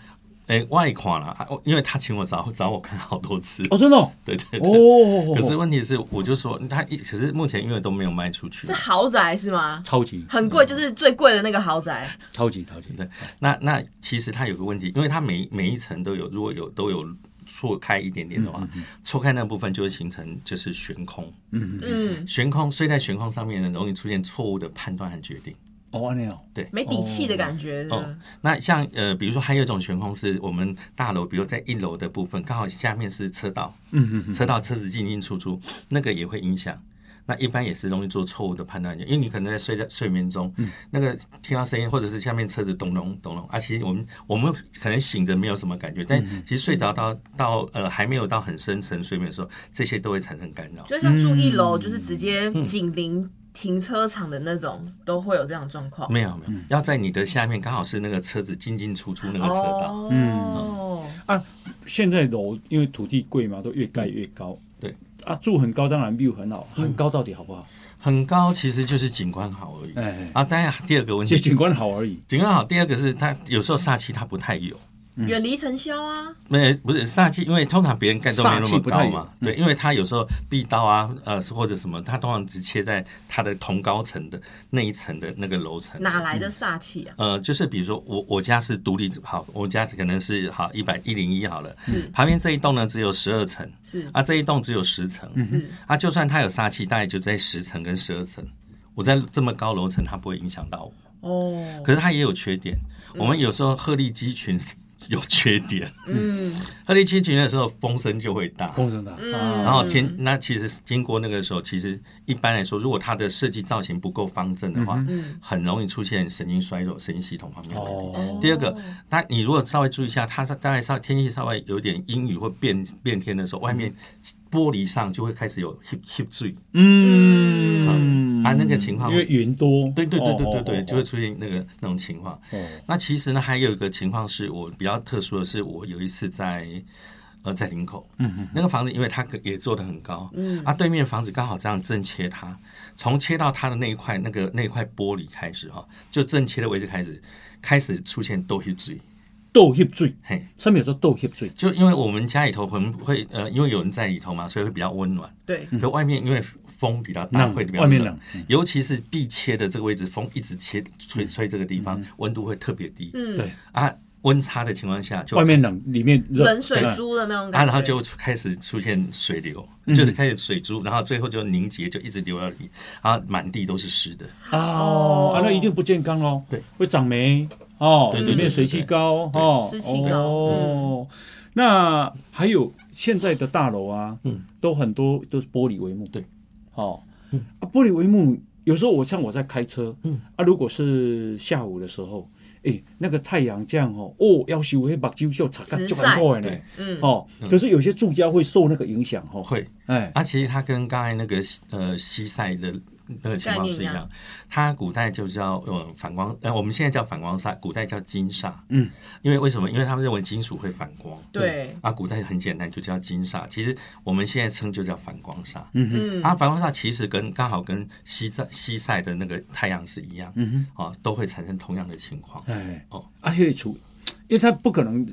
Speaker 5: 诶、我也看了，啊我因为他请我找找我看好多次，
Speaker 1: 哦，真的哦，
Speaker 5: 对 *laughs* 对对。
Speaker 1: 哦
Speaker 5: 可是问题是，我就说他一，可是目前因为都没有卖出去
Speaker 1: 啊
Speaker 4: 是，豪宅是吗？
Speaker 1: 超级
Speaker 4: 很贵，就是最贵的那个豪宅。
Speaker 1: 超级超级
Speaker 5: 对。那那其实它有个问题，因为它每每一层都有，如果有都有错开一点点的
Speaker 1: 嗯
Speaker 5: 话，错开那部分就会形成就是悬空，
Speaker 4: 嗯，
Speaker 5: 悬空，所以在悬空上面呢，容易出现错误的判断和决定。
Speaker 1: 哦，安尼哦，
Speaker 4: 没底气的感觉。
Speaker 5: 哦，那像呃，比如说还有一种悬空是我们大楼，比如在一楼的部分，刚好下面是车道，嗯嗯，车道车子进进出出，那个也会影响。那一般也是容易做错误的判断，因为你可能在睡在睡眠中，
Speaker 1: 嗯
Speaker 5: 那个听到声音，或者是下面车子咚隆咚隆，啊，其实我们我们可能醒着没有什么感觉，
Speaker 1: 嗯
Speaker 5: 但其实睡着到到呃还没有到很深层睡眠的时候，这些都会产生干扰。
Speaker 4: 就像住一楼，就是直接紧邻停车场的那种，都会有这样的状况。
Speaker 5: 没有没
Speaker 1: 嗯
Speaker 5: 有，要在你的下面刚好是那个车子进进出出那个车道，
Speaker 4: 哦，
Speaker 1: 啊，现在楼因为土地贵嘛，都越盖越高。
Speaker 5: 对嗯
Speaker 1: 啊，住很高当然 view 很好，很高到底好不好？
Speaker 5: 很高其实就是景观好而已。
Speaker 1: 哎，
Speaker 5: 啊，当然第二个问
Speaker 1: 其
Speaker 5: 题，
Speaker 1: 实景观好而已。
Speaker 5: 景观好，第二个是它有时候煞气它不太有，
Speaker 4: 远离尘嚣啊，
Speaker 5: 没不是煞气，因为通常别人盖都没那
Speaker 1: 煞气
Speaker 5: 么
Speaker 1: 不太
Speaker 5: 高
Speaker 1: 有嗯
Speaker 5: 嘛，对，因为它有时候壁刀啊，呃或者什么，它通常只切在它的同高层的那一层的那个楼层。
Speaker 4: 哪来的煞气啊？
Speaker 5: 呃，就是比如说我我家是独立，好，我家可能是好一百一零一好了
Speaker 4: 是，
Speaker 5: 旁边这一栋呢只有十二层，
Speaker 4: 是
Speaker 5: 啊这一栋只有十层，
Speaker 1: 嗯
Speaker 4: 是，
Speaker 5: 啊就算它有煞气，大概就在十层跟十二层，我在这么高楼层它不会影响到我。
Speaker 4: 哦，
Speaker 5: 可是它也有缺点。我们有时候鹤立鸡群， *laughs* 有缺点。
Speaker 4: 嗯，
Speaker 5: 二零七九年的时候，风声就会大。
Speaker 1: 风筝的啊，
Speaker 5: 然后天，那其实经过那个时候，其实一般来说，如果它的设计造型不够方正的
Speaker 1: 嗯
Speaker 5: 话，很容易出现神经衰弱、神经系统方面的问题。
Speaker 1: 哦
Speaker 5: 第二个，那你如果稍微注意一下，它是当然稍天气稍微有点阴雨或变变天的时候，外面玻璃上就会开始有 hip hip 坠，
Speaker 1: 嗯，
Speaker 5: 啊那个情况
Speaker 1: 因为云多，
Speaker 5: 对对对对对
Speaker 1: 哦
Speaker 5: 对，
Speaker 1: 哦
Speaker 5: 就会出现那个那种情况。
Speaker 1: 哦
Speaker 5: 那其实呢，还有一个情况是我比较特殊的是，我有一次在呃在林口，嗯嗯，那个房子因为它也做的很高，嗯，啊，对面房子刚好这样正切它，从切到它的那一块那个那一块玻璃开始哈，就正切的位置开始开始出现豆皮嘴，
Speaker 1: 斗血水，
Speaker 5: 嘿。
Speaker 1: 上面有说斗血水，
Speaker 5: 就因为我们家里头很会呃，因为有人在里头嘛，所以会比较温暖。
Speaker 4: 对，
Speaker 5: 可外面因为风比较大，
Speaker 1: 冷
Speaker 5: 会比较
Speaker 1: 外面冷
Speaker 5: 冷，尤其是必切的这个位置，风一直切吹吹这个地方，温度会特别
Speaker 4: 嗯
Speaker 5: 低。
Speaker 1: 对，
Speaker 5: 啊，温差的情况下就
Speaker 1: 外面冷，里面热，
Speaker 4: 冷水
Speaker 1: 对
Speaker 4: 珠的那种
Speaker 5: 啊，
Speaker 4: 感觉，
Speaker 5: 然后就开始出现水流，
Speaker 1: 嗯
Speaker 5: 就是开始水珠，然后最后就凝结，就一直流到里，然后满地都是湿的。
Speaker 1: 哦，啊，那一定不健康喽，
Speaker 5: 对，
Speaker 1: 会长霉哦，
Speaker 5: 对对
Speaker 1: 里面
Speaker 5: 对
Speaker 1: 水气高哦，
Speaker 4: 湿气高
Speaker 1: 哦。那还有现在的大楼啊，
Speaker 5: 嗯，
Speaker 1: 都很多都是玻璃帷幕，
Speaker 5: 对，嗯
Speaker 1: 哦，啊，玻璃帷幕有时候我像我在开车，嗯，啊，如果是下午的时候，诶，那个太阳这样哦，哦，要是我会把金秀擦干
Speaker 4: 直
Speaker 1: 就
Speaker 4: 晒
Speaker 1: 很快呢
Speaker 5: 对，
Speaker 4: 嗯
Speaker 1: 哦，可是有些住家会受那个影响哦，
Speaker 5: 会，
Speaker 1: 哎，
Speaker 5: 啊，其实它跟刚才那个呃西晒的那个情况是一
Speaker 4: 概念一
Speaker 5: 样
Speaker 4: 样，
Speaker 5: 它古代就叫呃反光，呃我们现在叫反光煞，古代叫金煞。
Speaker 1: 嗯，
Speaker 5: 因为为什么？因为他们认为金属会反光。
Speaker 4: 对
Speaker 5: 啊，古代很简单，就叫金煞。其实我们现在称就叫反光煞。
Speaker 4: 嗯
Speaker 5: 啊，反光煞其实跟刚好跟西晒西晒的那个太阳是一样，嗯啊，都会产生同样的情况。
Speaker 1: 哎，
Speaker 5: 哦
Speaker 1: 啊，黑除，因为他不可能，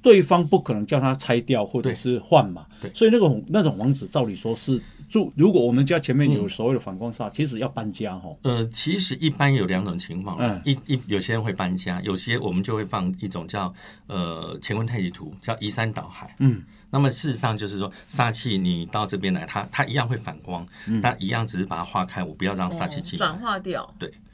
Speaker 1: 对方不可能叫他拆掉或者
Speaker 5: 对
Speaker 1: 是换嘛，
Speaker 5: 对
Speaker 1: 所以那种那种房子，照理说是住，如果我们家前面有所谓的反光煞，其实要搬家哈，
Speaker 5: 呃，其实一般有两种情况，
Speaker 1: 嗯
Speaker 5: 一一有些人会搬家，有些我们就会放一种叫呃乾坤太极图，叫移山倒海。
Speaker 1: 嗯，
Speaker 5: 那么事实上就是说，煞气你到这边来，它它一样会反光，但一样只是把它化开，我不要让
Speaker 4: 哦
Speaker 5: 煞气进来。
Speaker 4: 转化掉，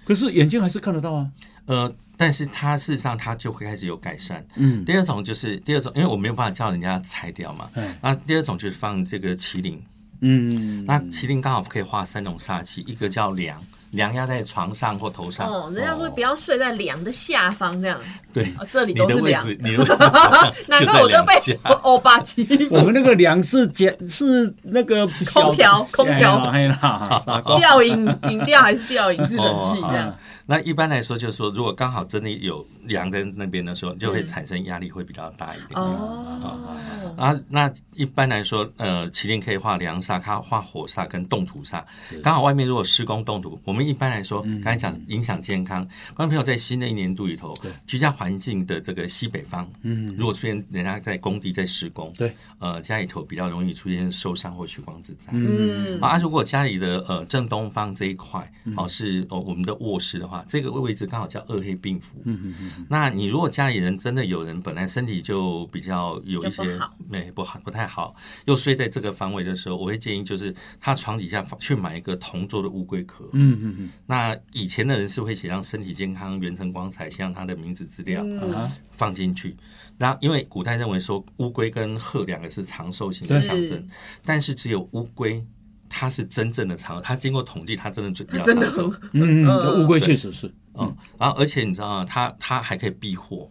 Speaker 1: 可是眼睛还是看得到啊，
Speaker 5: 呃，但是它事实上它就会开始有改善。
Speaker 1: 嗯，
Speaker 5: 第二种就是第二种，因为我没有办法叫人家拆掉嘛
Speaker 1: 嗯，
Speaker 5: 那第二种就是放这个麒麟，
Speaker 1: 嗯，
Speaker 5: 那麒麟刚好可以化三种煞气，一个叫梁，梁压在床上或头上，
Speaker 4: 哦，人家说不要睡在梁的下方这样，
Speaker 5: 对
Speaker 4: 哦，这里
Speaker 5: 你
Speaker 4: 都
Speaker 5: 的
Speaker 4: 是
Speaker 5: 位
Speaker 4: 梁，
Speaker 5: 置，你的位置
Speaker 4: *laughs*
Speaker 5: 好像
Speaker 4: 难
Speaker 5: 就
Speaker 4: 怪
Speaker 5: 在
Speaker 4: 我都
Speaker 5: 梁
Speaker 4: 被
Speaker 5: 下。
Speaker 4: 我欧巴欺负，
Speaker 1: 我们那个梁是简是那个小
Speaker 4: 空调空调
Speaker 1: 哎啦哎啦，傻
Speaker 5: 哦
Speaker 1: 瓜，
Speaker 4: 吊饮 *laughs* 饮料还是吊饮是冷气这样，
Speaker 5: 那一般来说，就是说，如果刚好真的有梁在那边的时候，就
Speaker 4: 嗯
Speaker 5: 会产生压力会比较大一点。
Speaker 4: 哦，
Speaker 5: 啊，那一般来说，呃，麒麟可以画梁煞，它画火煞跟动土煞。刚好外面如果施工动土，我们一般来说，刚才讲影响健康，观众朋友在新的一年度里头，居家环境的这个西北方，嗯，如果出现人家在工地在施工，
Speaker 1: 对，
Speaker 5: 呃，家里头比较容易出现受伤或血光之灾。
Speaker 4: 嗯，
Speaker 5: 啊，如果家里的呃正东方这一块哦是哦我们的卧室的话，这个位置刚好叫二黑病符。嗯嗯嗯。那你如果家里人真的有人本来身体就比较有一
Speaker 4: 就不
Speaker 5: 些
Speaker 4: 好
Speaker 5: 没不好不太好，又睡在这个方位的时候，我会建议就是他床底下去买一个铜做的乌龟壳。
Speaker 1: 嗯嗯嗯，
Speaker 5: 那以前的人是会写上身体健康、元辰光彩，像他的名字资料、
Speaker 4: 嗯
Speaker 5: 啊放进去。那因为古代认为说乌龟跟鹤两个是长寿型的
Speaker 4: 是
Speaker 5: 象征，但是只有乌龟它是真正的长，它经过统计，它真的最比较
Speaker 4: 真的
Speaker 5: 长寿。
Speaker 4: 很
Speaker 1: 嗯，这乌龟确实是，
Speaker 5: 嗯，然后而且你知道啊，它它还可以避祸。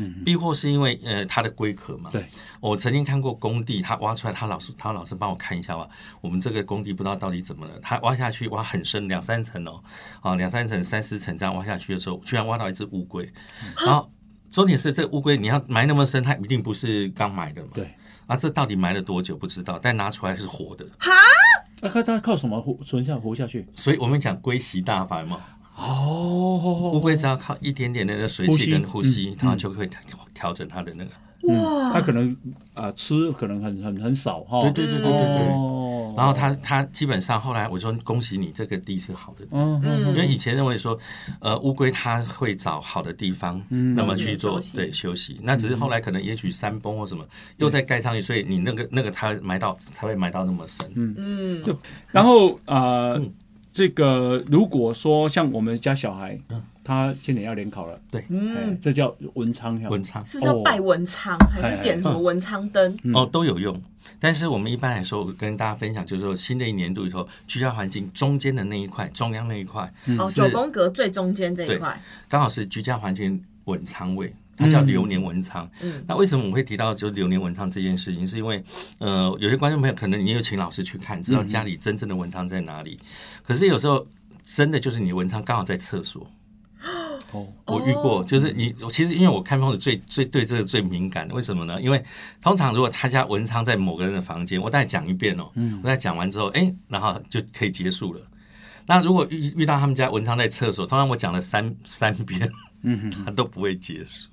Speaker 1: 嗯
Speaker 5: 避祸是因为呃它的龟壳嘛。
Speaker 1: 对，
Speaker 5: 我曾经看过工地，他挖出来，他老师他老师帮我看一下吧，我们这个工地不知道到底怎么了，他挖下去挖很深，两三层哦，啊两三层三四层这样挖下去的时候，居然挖到一只乌龟，
Speaker 1: 嗯
Speaker 5: 然后重点是这乌龟你要埋那么深，它一定不是刚埋的嘛。
Speaker 1: 对。
Speaker 5: 啊，这到底埋了多久不知道，但拿出来是活的，
Speaker 1: 那看啊他靠什么活存下活下去？
Speaker 5: 所以我们讲龟息大法嘛，
Speaker 1: 哦
Speaker 5: 乌龟只要靠一点点的那个水
Speaker 1: 呼
Speaker 5: 气
Speaker 1: 吸
Speaker 5: 跟呼
Speaker 1: 嗯
Speaker 5: 吸，然后就会调调整它的那个。
Speaker 1: 他可能啊、吃可能很很很少哈，
Speaker 5: 对对对对对对。
Speaker 1: 哦，
Speaker 5: 然后他他基本上后来我说恭喜你，这个地是好的地，
Speaker 1: 嗯嗯
Speaker 5: 因为以前认为说，呃，乌龟它会找好的地方，那么去做
Speaker 4: 休息
Speaker 5: 对休息。那只是后来可能也许山崩或什么又再盖上去，所以你那个那个它埋到才会埋到那么深。
Speaker 4: 嗯，
Speaker 1: 然后啊、呃
Speaker 5: 嗯
Speaker 1: 这个如果说像我们家小孩，他今年要联考了，哎
Speaker 4: 嗯，
Speaker 1: 这叫文昌效应
Speaker 5: 文昌
Speaker 4: 是不是要拜文昌，还是
Speaker 5: 哎
Speaker 4: 点什
Speaker 5: 嗯
Speaker 4: 么文昌灯？
Speaker 5: 哦，都有用。但是我们一般来说，我跟大家分享，就是说新的一年度里头，居家环境中间的那一块，中央那一块，
Speaker 4: 哦，
Speaker 5: 嗯是
Speaker 4: 九宫格最中间这一块，
Speaker 5: 刚好是居家环境稳仓位，它叫流年文昌。
Speaker 4: 嗯
Speaker 5: 那为什么我会提到就流年文昌这件事情？是因为呃，有些观众朋友可能你有请老师去看，知道家里真正的文昌在哪里。可是有时候真的就是你文昌刚好在厕所。
Speaker 1: 哦，
Speaker 5: 我遇过，就是你，我其实因为我看风水最最对这个最敏感，为什么呢？因为通常如果他家文昌在某个人的房间，我大概讲一遍哦，我大概讲完之后，哎、然后就可以结束了。那如果遇遇到他们家文昌在厕所，通常我讲了三三遍，嗯，他都不会结束，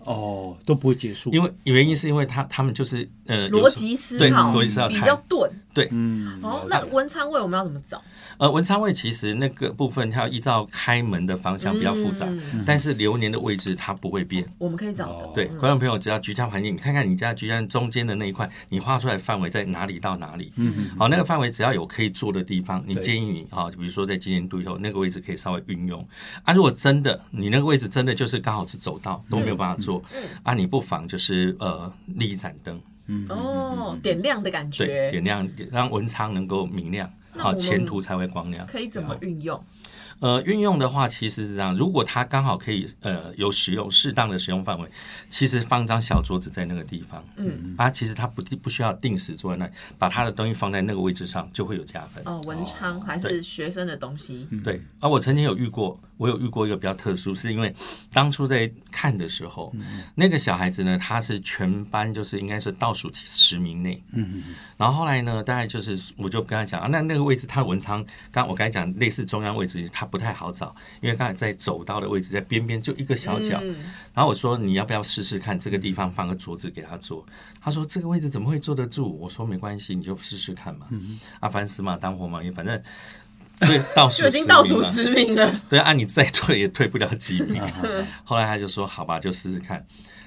Speaker 1: 哦，都不会结束，
Speaker 5: *laughs* 因
Speaker 1: 为
Speaker 5: 为原因是因为他他们就是呃
Speaker 4: 逻辑思
Speaker 5: 对
Speaker 4: 考
Speaker 5: 逻辑思考
Speaker 4: 比
Speaker 5: 太嗯
Speaker 4: 较钝。
Speaker 5: 对，
Speaker 1: 嗯
Speaker 4: 哦，那文昌位我们要怎么找？
Speaker 5: 呃，文昌位其实那个部分它要依照开门的方向比较复
Speaker 4: 嗯
Speaker 5: 杂，但是流年的位置它不会变。
Speaker 4: 我们可以找的。
Speaker 1: 哦
Speaker 5: 对，观众朋友，只要居家环境，你看看你家居家中间的那一块，你画出来范围在哪里到哪里？嗯，好，那个范围只要有可以做的地方，你
Speaker 1: 对
Speaker 5: 建议你啊，比如说在今年度以后，那个位置可以稍微运用啊。如果真的你那个位置真的就是刚好是走道都
Speaker 4: 嗯
Speaker 5: 没有办法做啊，你不妨就是呃立一盏灯，嗯
Speaker 4: 哦，点亮的感
Speaker 5: 对，
Speaker 4: 觉
Speaker 5: 点亮让文昌能够明亮，
Speaker 4: 那
Speaker 5: 好
Speaker 4: 我们
Speaker 5: 前途才会光亮。
Speaker 4: 可以怎么
Speaker 5: 啊
Speaker 4: 运用？
Speaker 5: 呃，运用的话其实是这样，如果它刚好可以呃有使用适当的使用范围，其实放张小桌子在那个地方，嗯，啊，其实它不不需要定时坐在那里，把它的东西放在那个位置上就会有加分。
Speaker 4: 哦，文昌还是学生的东西？
Speaker 5: 对，啊，我曾经有遇过，我有遇过一个比较特殊，是因为当初在看的时候，那个小孩子呢，他是全班就是应该是倒数十名内，嗯，然后后来呢，大概就是我就跟他讲啊，那那个位置他文昌，刚我刚才讲类似中央位置，他不太好找，因为刚才在走道的位置在边边就一个小
Speaker 4: 嗯
Speaker 5: 角，然后我说你要不要试试看这个地方放个桌子给他坐？他说这个位置怎么会坐得住？我说没关系，你就试试看
Speaker 4: 嗯
Speaker 5: 嘛，啊，反正死马当活马医，反正。所以倒数
Speaker 4: 就已经倒数
Speaker 5: 十名嘛
Speaker 4: 十名了，
Speaker 5: *laughs* 对啊，你再退也退不了几名。后来他就说：“好吧，就试试看。”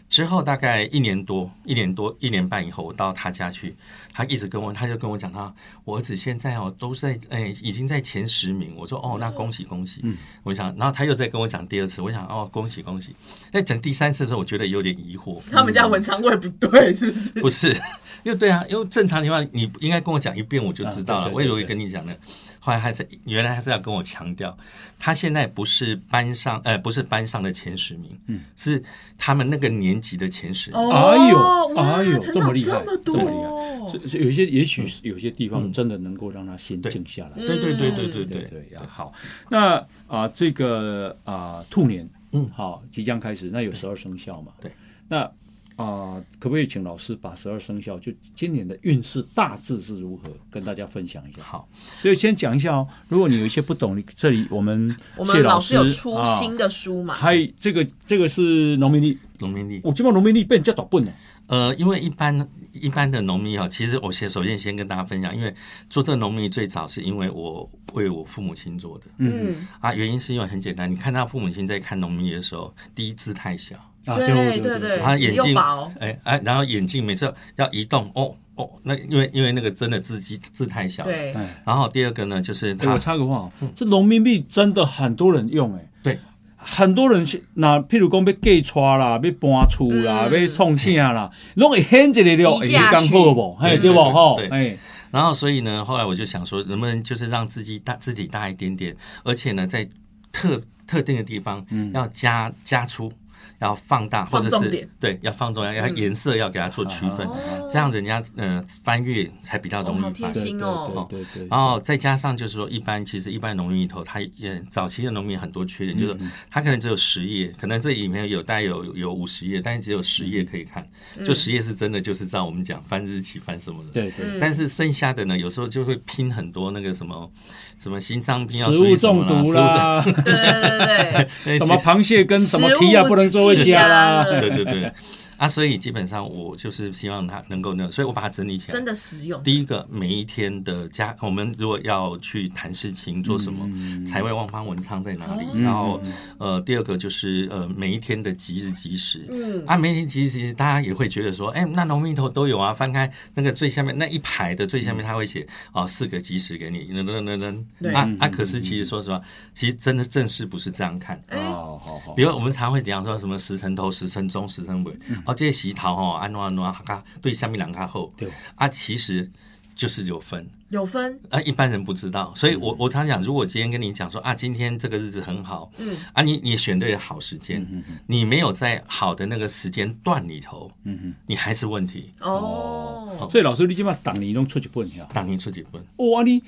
Speaker 5: 之后大概一年多、一年多、一年半以后，我到他家去，他一直跟我，他就跟我讲他，我儿子现在哦都是在，哎，已经在前十名。我说哦，那恭喜恭喜。我想，然后他又再跟我讲第二次，我想哦，恭喜恭喜。在讲第三次的时候，我觉得有点疑惑，
Speaker 4: 他们家文昌位不对，是不是？
Speaker 5: 不是， *laughs* 因为对啊，因为正常情况下你应该跟我讲一遍我就知道了，
Speaker 1: 啊对对对
Speaker 5: 我以为跟你讲的，后来还是原来还是要跟我强调，他现在不是班上呃不是班上的前十名，嗯，是他们那个年级的前十名。
Speaker 1: 哎
Speaker 4: 哦，
Speaker 1: 呦，
Speaker 4: 哇
Speaker 1: 哎呦，这
Speaker 4: 成
Speaker 1: 么
Speaker 4: 长
Speaker 1: 厉害，
Speaker 4: 么
Speaker 1: 这么
Speaker 4: 多哦
Speaker 1: 厉害，，所以所以有一些，也许是有些地方真的能够让他心静下
Speaker 4: 嗯
Speaker 1: 来。
Speaker 5: 嗯对对对对对
Speaker 1: 对
Speaker 5: 对，
Speaker 1: 对呀，好，那啊、这个啊、兔年，
Speaker 5: 嗯
Speaker 1: 好，即将开始，那有十二生肖嘛？
Speaker 5: 对，
Speaker 1: 那啊、可不可以请老师把十二生肖就今年的运势大致是如何跟大家分享一下？
Speaker 5: 好，
Speaker 1: 所以先讲一下哦，如果你有一些不懂，你这里我们
Speaker 4: 我
Speaker 1: 谢
Speaker 4: 们老师
Speaker 1: 师
Speaker 4: 有出
Speaker 1: 啊
Speaker 4: 新的书嘛？
Speaker 1: 还有这个这个是农民历，
Speaker 5: 农民历，
Speaker 1: 我这边农民历被人家打笨了。
Speaker 5: 呃，因为一般一般的农民哦，其实我先首先先跟大家分享，因为做这个农民历最早是因为我为我父母亲做的，
Speaker 4: 嗯，
Speaker 5: 啊，原因是因为很简单，你看到父母亲在看农民历的时候，第一字太小，
Speaker 1: 啊，
Speaker 4: 对
Speaker 1: 对
Speaker 4: 对，
Speaker 5: 他眼
Speaker 4: 只有
Speaker 5: 镜
Speaker 4: 薄，
Speaker 5: 哎哎，然后眼镜每次要移动，哦哦，那因为因为那个真的字迹字太小。。
Speaker 4: 对，
Speaker 5: 然后第二个呢，就是
Speaker 1: 哎，我
Speaker 5: 他
Speaker 1: 插个话哦，这农民币真的很多人用哎、
Speaker 5: 嗯对
Speaker 1: 很多人是那，譬如讲要嫁娶啦，要搬厝啦，
Speaker 4: 嗯
Speaker 1: 要创啥啦，拢会掀一个了，
Speaker 4: 移
Speaker 1: 会
Speaker 4: 嫁
Speaker 1: 刚
Speaker 4: 娶
Speaker 1: 好无，嘿，
Speaker 5: 对
Speaker 1: 对不
Speaker 5: 对
Speaker 1: 吼？
Speaker 5: 对
Speaker 1: 哎，
Speaker 5: 然后所以呢，后来我就想说，能不能就是让字迹大字体大一点点，而且呢，在特特定的地方
Speaker 1: 嗯
Speaker 5: 要加加粗。要放大，或
Speaker 4: 放
Speaker 5: 者
Speaker 4: 重
Speaker 5: 是
Speaker 4: 点嗯
Speaker 5: 对，要放重要，要颜色要给它做区
Speaker 1: 哦啊
Speaker 5: 分，这样人家呃翻阅才比较容
Speaker 4: 哦好
Speaker 5: 易
Speaker 4: 贴
Speaker 5: 翻。
Speaker 1: 对
Speaker 4: 心哦
Speaker 1: 对对对
Speaker 5: 然
Speaker 1: 对，
Speaker 5: 后再加上就是说，一般其实一般农民里头，它也早期的农民很多缺
Speaker 1: 嗯
Speaker 5: 点，就是它可能只有十页，可能这里面有大概有有五十页，但是只有十
Speaker 1: 嗯
Speaker 5: 页可以看。就十页是真的，就是照我们讲翻日期、翻什么的。。嗯
Speaker 1: 对对，
Speaker 5: 但是剩下的呢，有时候就会拼很多那个什么什么新商品要
Speaker 1: 食
Speaker 5: 注
Speaker 1: 物
Speaker 5: 意什
Speaker 1: 中
Speaker 5: 么
Speaker 1: 毒 *laughs*
Speaker 5: 啦，
Speaker 1: 啦，
Speaker 4: 对对对对对， *laughs*
Speaker 5: 食物中
Speaker 1: 什么螃蟹跟什么提啊
Speaker 4: 食物
Speaker 1: 不能做回家啦
Speaker 4: 鸡啊，
Speaker 1: *laughs*
Speaker 5: 对对对。啊，所以基本上我就是希望它能够那，所以我把它整理起来。
Speaker 4: 真的实用。
Speaker 5: 第一个，每一天的家，我们如果要去谈事情，做什么，
Speaker 4: 嗯
Speaker 5: 财位、旺方、文昌在哪里？然后，呃，第二个就是呃，每一天的吉日吉时。
Speaker 4: 嗯
Speaker 5: 啊，每一天吉日吉时，大家也会觉得说，哎、那农民头都有啊。翻开那个最下面那一排的最下面，他会写啊、四个吉时给你，噔噔噔噔
Speaker 4: 对嗯
Speaker 5: 噔。啊啊，可是其实说实话，其实真的正式不是这样看。
Speaker 4: 哎
Speaker 1: 哦，好好
Speaker 5: 比，如我们常会讲说什么十层头、十层中、十层尾，
Speaker 1: 嗯
Speaker 5: 哦，这些洗头吼，安诺安诺哈卡对下面两卡后，
Speaker 1: 对
Speaker 5: 啊，其实就是有分
Speaker 4: 有分，
Speaker 5: 啊，一般人不知道，所以
Speaker 1: 嗯
Speaker 5: 我我常讲，如果今天跟你讲说啊，今天这个日子很好，
Speaker 4: 嗯，
Speaker 5: 啊，你你选对了好时间，你没有在好的那个时间段里头，
Speaker 1: 嗯哼，
Speaker 5: 你还是问题，
Speaker 4: 哦，
Speaker 1: 所以老师，你今把党你弄出去不能呀？
Speaker 5: 当你出几分，
Speaker 1: 哦，啊你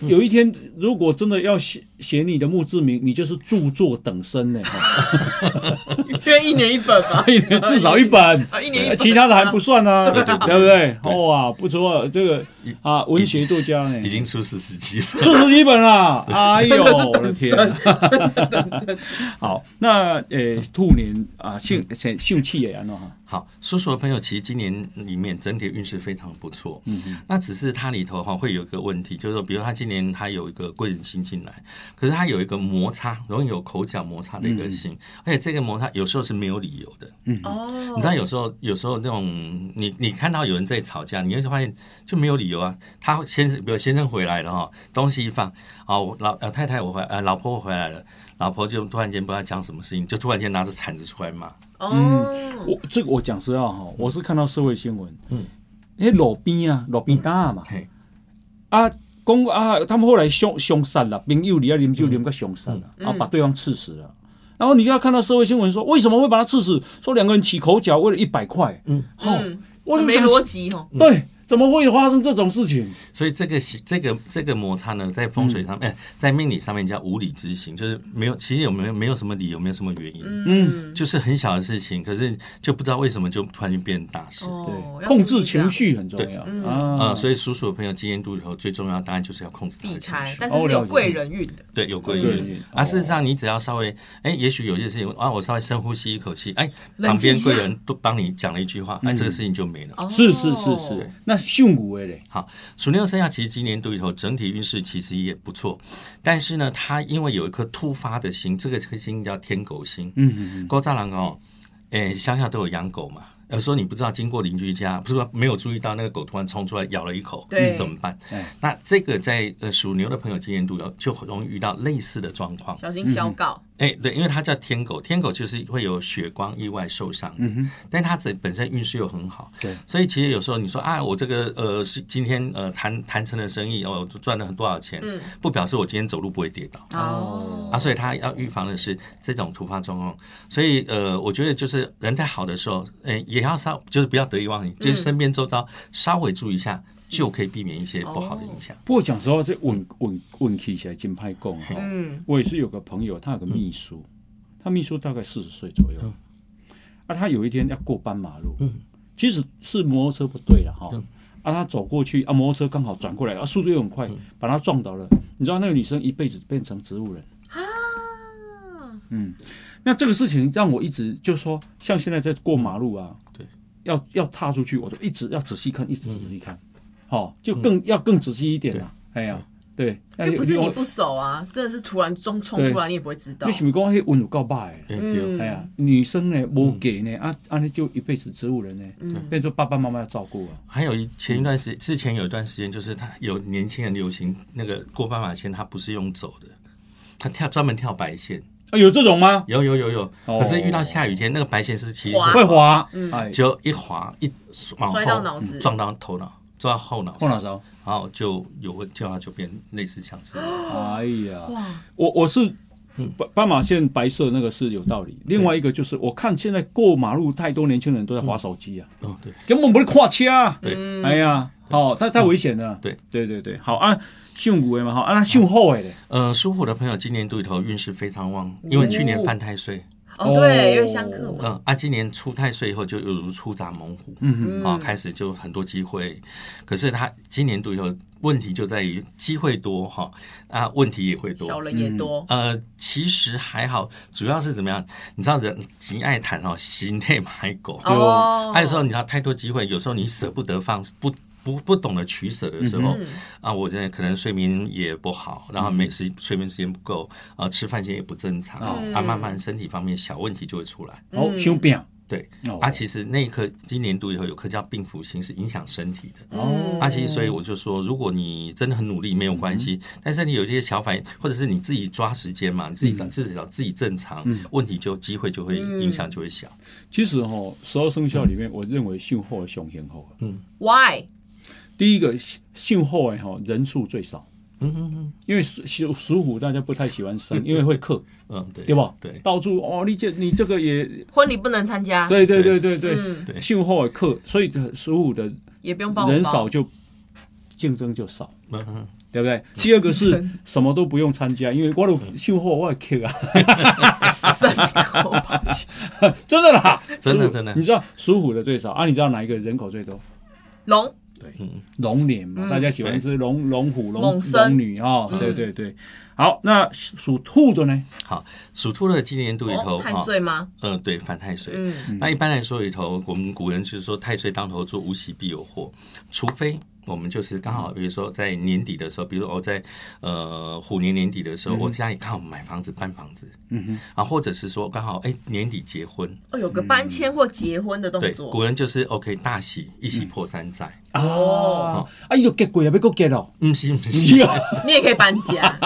Speaker 5: 嗯
Speaker 1: 有一天如果真的要写写你的墓志铭，你就是著作等身呢，
Speaker 5: *laughs*
Speaker 1: 哈
Speaker 4: 约一年一本吧，
Speaker 1: 至 *laughs* 少一本。
Speaker 4: *laughs*
Speaker 5: 哎
Speaker 4: 啊，一年一本，
Speaker 1: 其他的还不算啊，
Speaker 5: 对对对
Speaker 1: 不对？
Speaker 5: 对
Speaker 1: 哇，不错，这个啊，文学作家呢，
Speaker 5: 已经出四十
Speaker 1: *laughs*
Speaker 5: 集了，
Speaker 1: 四十一本啦！哎呦，
Speaker 4: 真的是
Speaker 1: 我的
Speaker 4: 等
Speaker 1: 天
Speaker 4: 身，
Speaker 1: 啊！
Speaker 4: 真的等身。
Speaker 1: 好，那呃，兔年啊，性性性气也安了哈，
Speaker 5: 好，叔叔的朋友其实今年里面整体运势非常不错，嗯那只是它里头哈会有一个问题，就是说，比如他今年他有一个贵人星进来，可是他有一个摩擦，容易有口角摩擦的一个星，而且这个摩擦有时候是没有理由的，
Speaker 4: 哦，
Speaker 5: 你知道有时候有时候那种你你看到有人在吵架，你会发现就没有理由啊。他先生比如先生回来了哈，东西一放，哦我老呃太太我回来呃老婆我回来了，老婆就突然间不知道讲什么事情，就突然间拿着铲子出来骂。
Speaker 4: 哦，
Speaker 1: 我这个我讲实话哈，我是看到社会新闻，
Speaker 5: 嗯，
Speaker 1: 哎，路边啊，路边搭嘛，
Speaker 5: 嘿，
Speaker 1: 啊，讲啊，他们后来凶凶杀了，朋友里啊，啉酒啉个凶杀了，然后把对方刺死了。然后你就要看到社会新闻说，为什么会把他刺死？说两个人起口角，为了一百块。
Speaker 5: 嗯，
Speaker 1: 好，
Speaker 4: 嗯
Speaker 1: 哦我就
Speaker 4: 没
Speaker 1: 想嗯
Speaker 4: 逻辑哦，
Speaker 1: 对，怎么会发生这种事情？
Speaker 5: 所以这个喜这个这个摩擦呢，在风水
Speaker 4: 嗯
Speaker 5: 上面、哎在命理上面叫无理之行，就是没有其实有没有没有什么理由，没有什么原因，
Speaker 4: 嗯，
Speaker 5: 就是很小的事情，可是就不知道为什么就突然间变大事。
Speaker 4: 哦，
Speaker 1: 对，
Speaker 4: 要
Speaker 1: 控
Speaker 4: 注
Speaker 1: 制
Speaker 4: 意这样
Speaker 1: 情，绪很重要啊
Speaker 4: 嗯
Speaker 5: 呃，。所以属鼠的朋友今年度以后最重要，当然就是要控制他
Speaker 4: 避
Speaker 5: 的情
Speaker 4: 开
Speaker 5: 绪，。
Speaker 4: 但是嗯
Speaker 1: 哦
Speaker 4: 是
Speaker 1: 了
Speaker 4: 有
Speaker 1: 解
Speaker 4: 贵人运的，
Speaker 5: 对，有贵
Speaker 1: 有贵人
Speaker 5: 人啊。事实上，你只要稍微，哎，也许有些事情啊，我稍微深呼吸一口气，哎，旁
Speaker 4: 冷静一
Speaker 5: 边
Speaker 4: 下
Speaker 5: 贵人都帮你讲了一句话，哎，这个事情就没了。
Speaker 4: 哦
Speaker 1: 是是是是，那秀骨的嘞，
Speaker 5: 好，鼠牛生肖其实今年度里头整体运势其实也不错，但是呢，它因为有一颗突发的星，这个颗星叫天狗星。
Speaker 1: 嗯嗯
Speaker 5: 狗蟑螂哦，哎，乡下都有养狗嘛。有时候你不知道经过邻居家，不是说没有注意到那个狗突然冲出来咬了一口，
Speaker 4: 对
Speaker 5: 嗯怎么办？
Speaker 1: 哎
Speaker 5: 那这个在呃属牛的朋友今年度有哦就很容易遇到类似的状况。
Speaker 4: 小心
Speaker 1: 嗯
Speaker 4: 小告，
Speaker 5: 哎、对，因为它叫天狗，天狗就是会有血光意外受伤，嗯哼，但它这本身运势又很好，
Speaker 1: 对，
Speaker 5: 所以其实有时候你说啊，我这个呃是今天呃谈谈成了生意，哦，赚了多少钱，
Speaker 4: 嗯，
Speaker 5: 不表示我今天走路不会跌倒。
Speaker 1: 嗯
Speaker 4: 哦
Speaker 5: 啊，所以他要预防的是这种突发状况，所以呃，我觉得就是人在好的时候，哎、也要稍就是不要得意忘形，
Speaker 4: 嗯
Speaker 5: 就是身边周遭稍微注意一下，就可以避免一些不
Speaker 4: 哦
Speaker 5: 好的影响。
Speaker 1: 不过讲实话，这稳稳稳气起来真哦派供哈。
Speaker 4: 嗯，
Speaker 1: 我也是有个朋友，他有个秘书，他秘书大概四十岁左
Speaker 4: 嗯
Speaker 1: 右，啊，他有一天要过斑马路，其实是摩托车不对了
Speaker 4: 嗯
Speaker 1: 哈，啊，他走过去啊，摩托车刚好转过来，啊，速度又很快，
Speaker 4: 嗯
Speaker 1: 把他撞倒了。你知道那个女生一辈子变成植物人啊，嗯，那这个事情让我一直就说，像现在在过马路啊，
Speaker 5: 对，
Speaker 1: 要要踏出去，我都一直要仔细看，一直
Speaker 4: 嗯
Speaker 1: 仔细看，好，就更要更仔细一点啦，哎呀。对，那
Speaker 4: 嗯又不是你不熟啊，真的是突然中冲出来，你也不会知道
Speaker 1: 你。是不是讲迄温有够歹的？
Speaker 5: 对对
Speaker 4: 嗯，
Speaker 1: 哎呀，女生呢无给呢，啊啊，那就一辈子植物人呢，
Speaker 4: 嗯
Speaker 1: 变成说爸爸妈妈要照顾啊。
Speaker 5: 还有一前一段时之前有一段时间，就是他有年轻人流行那个过斑马线，他不是用走的，他跳专门跳白线，
Speaker 1: 啊，有这种吗？
Speaker 5: 有有有有，
Speaker 1: 哦
Speaker 5: 可是遇到下雨天，那个白线是其实
Speaker 4: 滑
Speaker 1: 会滑，
Speaker 4: 嗯
Speaker 1: 哎，
Speaker 5: 就一滑一往后嗯
Speaker 4: 摔到脑子
Speaker 5: 撞到头脑，撞到后脑
Speaker 1: 后脑
Speaker 5: 勺，
Speaker 1: 勺。
Speaker 5: 然后就有问，就他就变类似强
Speaker 4: *gasps*
Speaker 5: 制。
Speaker 1: 哎呀，
Speaker 4: 哇，
Speaker 1: 我我是
Speaker 5: 嗯
Speaker 1: 斑斑马线白色那个是有道理，另外一个就是我看现在过马路太多年轻人都在划手机
Speaker 4: 嗯
Speaker 1: 啊，
Speaker 5: 哦，对
Speaker 1: 根本不是跨车啊。
Speaker 5: 对。
Speaker 1: 哎呀，哦，太太危险了。
Speaker 5: 对
Speaker 1: 对对对，好啊，秀骨的嘛，好啊，那秀后的嘞，
Speaker 5: 呃，属虎的朋友今年度里头运势非常旺，因为去年犯太岁，
Speaker 4: 哦，对，因为相克嘛，
Speaker 5: 嗯，啊，今年出太岁以后，就犹如出闸猛虎，
Speaker 1: 嗯
Speaker 5: 啊，开始就很多机会。可是他今年度以后，问题就在于机会多哈，啊，问题也会
Speaker 4: 小
Speaker 5: 多。
Speaker 4: 人也多，
Speaker 5: 呃，其实还好，主要是怎么样？你知道人极爱谈哦，心内买狗。
Speaker 4: 哦，
Speaker 5: 还有时候你知道太多机会，有时候你舍不得放，不不不懂得取舍的时候，
Speaker 4: 嗯
Speaker 5: 啊，我真的可能睡眠也不好，然后没时睡眠时间不够，啊，吃饭时间也不正常，
Speaker 4: 嗯
Speaker 1: 哦
Speaker 5: 啊，慢慢身体方面小问题就会出来。
Speaker 1: 哦，修变
Speaker 5: 对，
Speaker 1: 哦
Speaker 5: 啊，其实那一刻今年度以后有科叫病符星是影响身体的。
Speaker 1: 哦
Speaker 5: 啊，其实所以我就说，如果你真的很努力没有关
Speaker 1: 嗯
Speaker 5: 系，但是你有一些小反应，或者是你自己抓时间嘛，你自己
Speaker 1: 嗯
Speaker 5: 找自己找自己正常，问题就机会就会影响就会小。
Speaker 1: 其实哈、十二生肖里面，我认为性祸凶险后，
Speaker 4: ，Why？
Speaker 1: 啊第一个性祸哎哈人数最少，
Speaker 5: 嗯嗯嗯
Speaker 1: 因为属属属虎大家不太喜欢
Speaker 5: *laughs*
Speaker 1: 生，因为会克，
Speaker 5: 嗯，对，
Speaker 1: 对吧？
Speaker 5: 对，
Speaker 1: 到处哦，你这你这个也，
Speaker 4: 婚礼不能参加，
Speaker 1: 对对对对对，
Speaker 4: 啊嗯，
Speaker 5: 对
Speaker 1: 性祸克，所以属虎的
Speaker 4: 也不用包红包
Speaker 1: 人少就竞争就少。
Speaker 5: 嗯嗯，
Speaker 1: 对不对？第二个是什么都不用参加，因为我的秀货我也 Q 啊， *laughs*
Speaker 4: 三口吧，
Speaker 1: 真的啦，
Speaker 5: 真的
Speaker 1: 属虎
Speaker 5: 真的
Speaker 1: 你知道属虎的最少啊？你知道哪一个人口最多？
Speaker 4: 龙
Speaker 1: 龙年嘛，
Speaker 4: 嗯
Speaker 1: 大家喜欢吃龙龙虎龙
Speaker 4: 猛生
Speaker 1: 龙女啊，对对对。好，那属兔的呢？
Speaker 5: 好，属兔的今年度里头
Speaker 4: 哦，太
Speaker 5: 啊，
Speaker 4: 岁吗？
Speaker 5: 呃，对，犯太岁。
Speaker 4: 嗯，
Speaker 5: 那一般来说里头，我们古人就是说太岁当头做，无喜必有祸，除非。我们就是刚好，比如说在年底的时候，比如说我在呃虎年年底的时候，我家里刚好买房子搬房子，嗯哼，啊，或者是说刚好哎年底结婚，
Speaker 4: 哦，有个搬迁或结婚的动
Speaker 5: 对，
Speaker 4: 作，
Speaker 5: 古人就是 OK 大喜，一喜破三灾，
Speaker 1: 啊，啊，伊就结过也要过结咯，
Speaker 5: 嗯，是不是
Speaker 1: 是？啊，
Speaker 4: 你也可以搬家，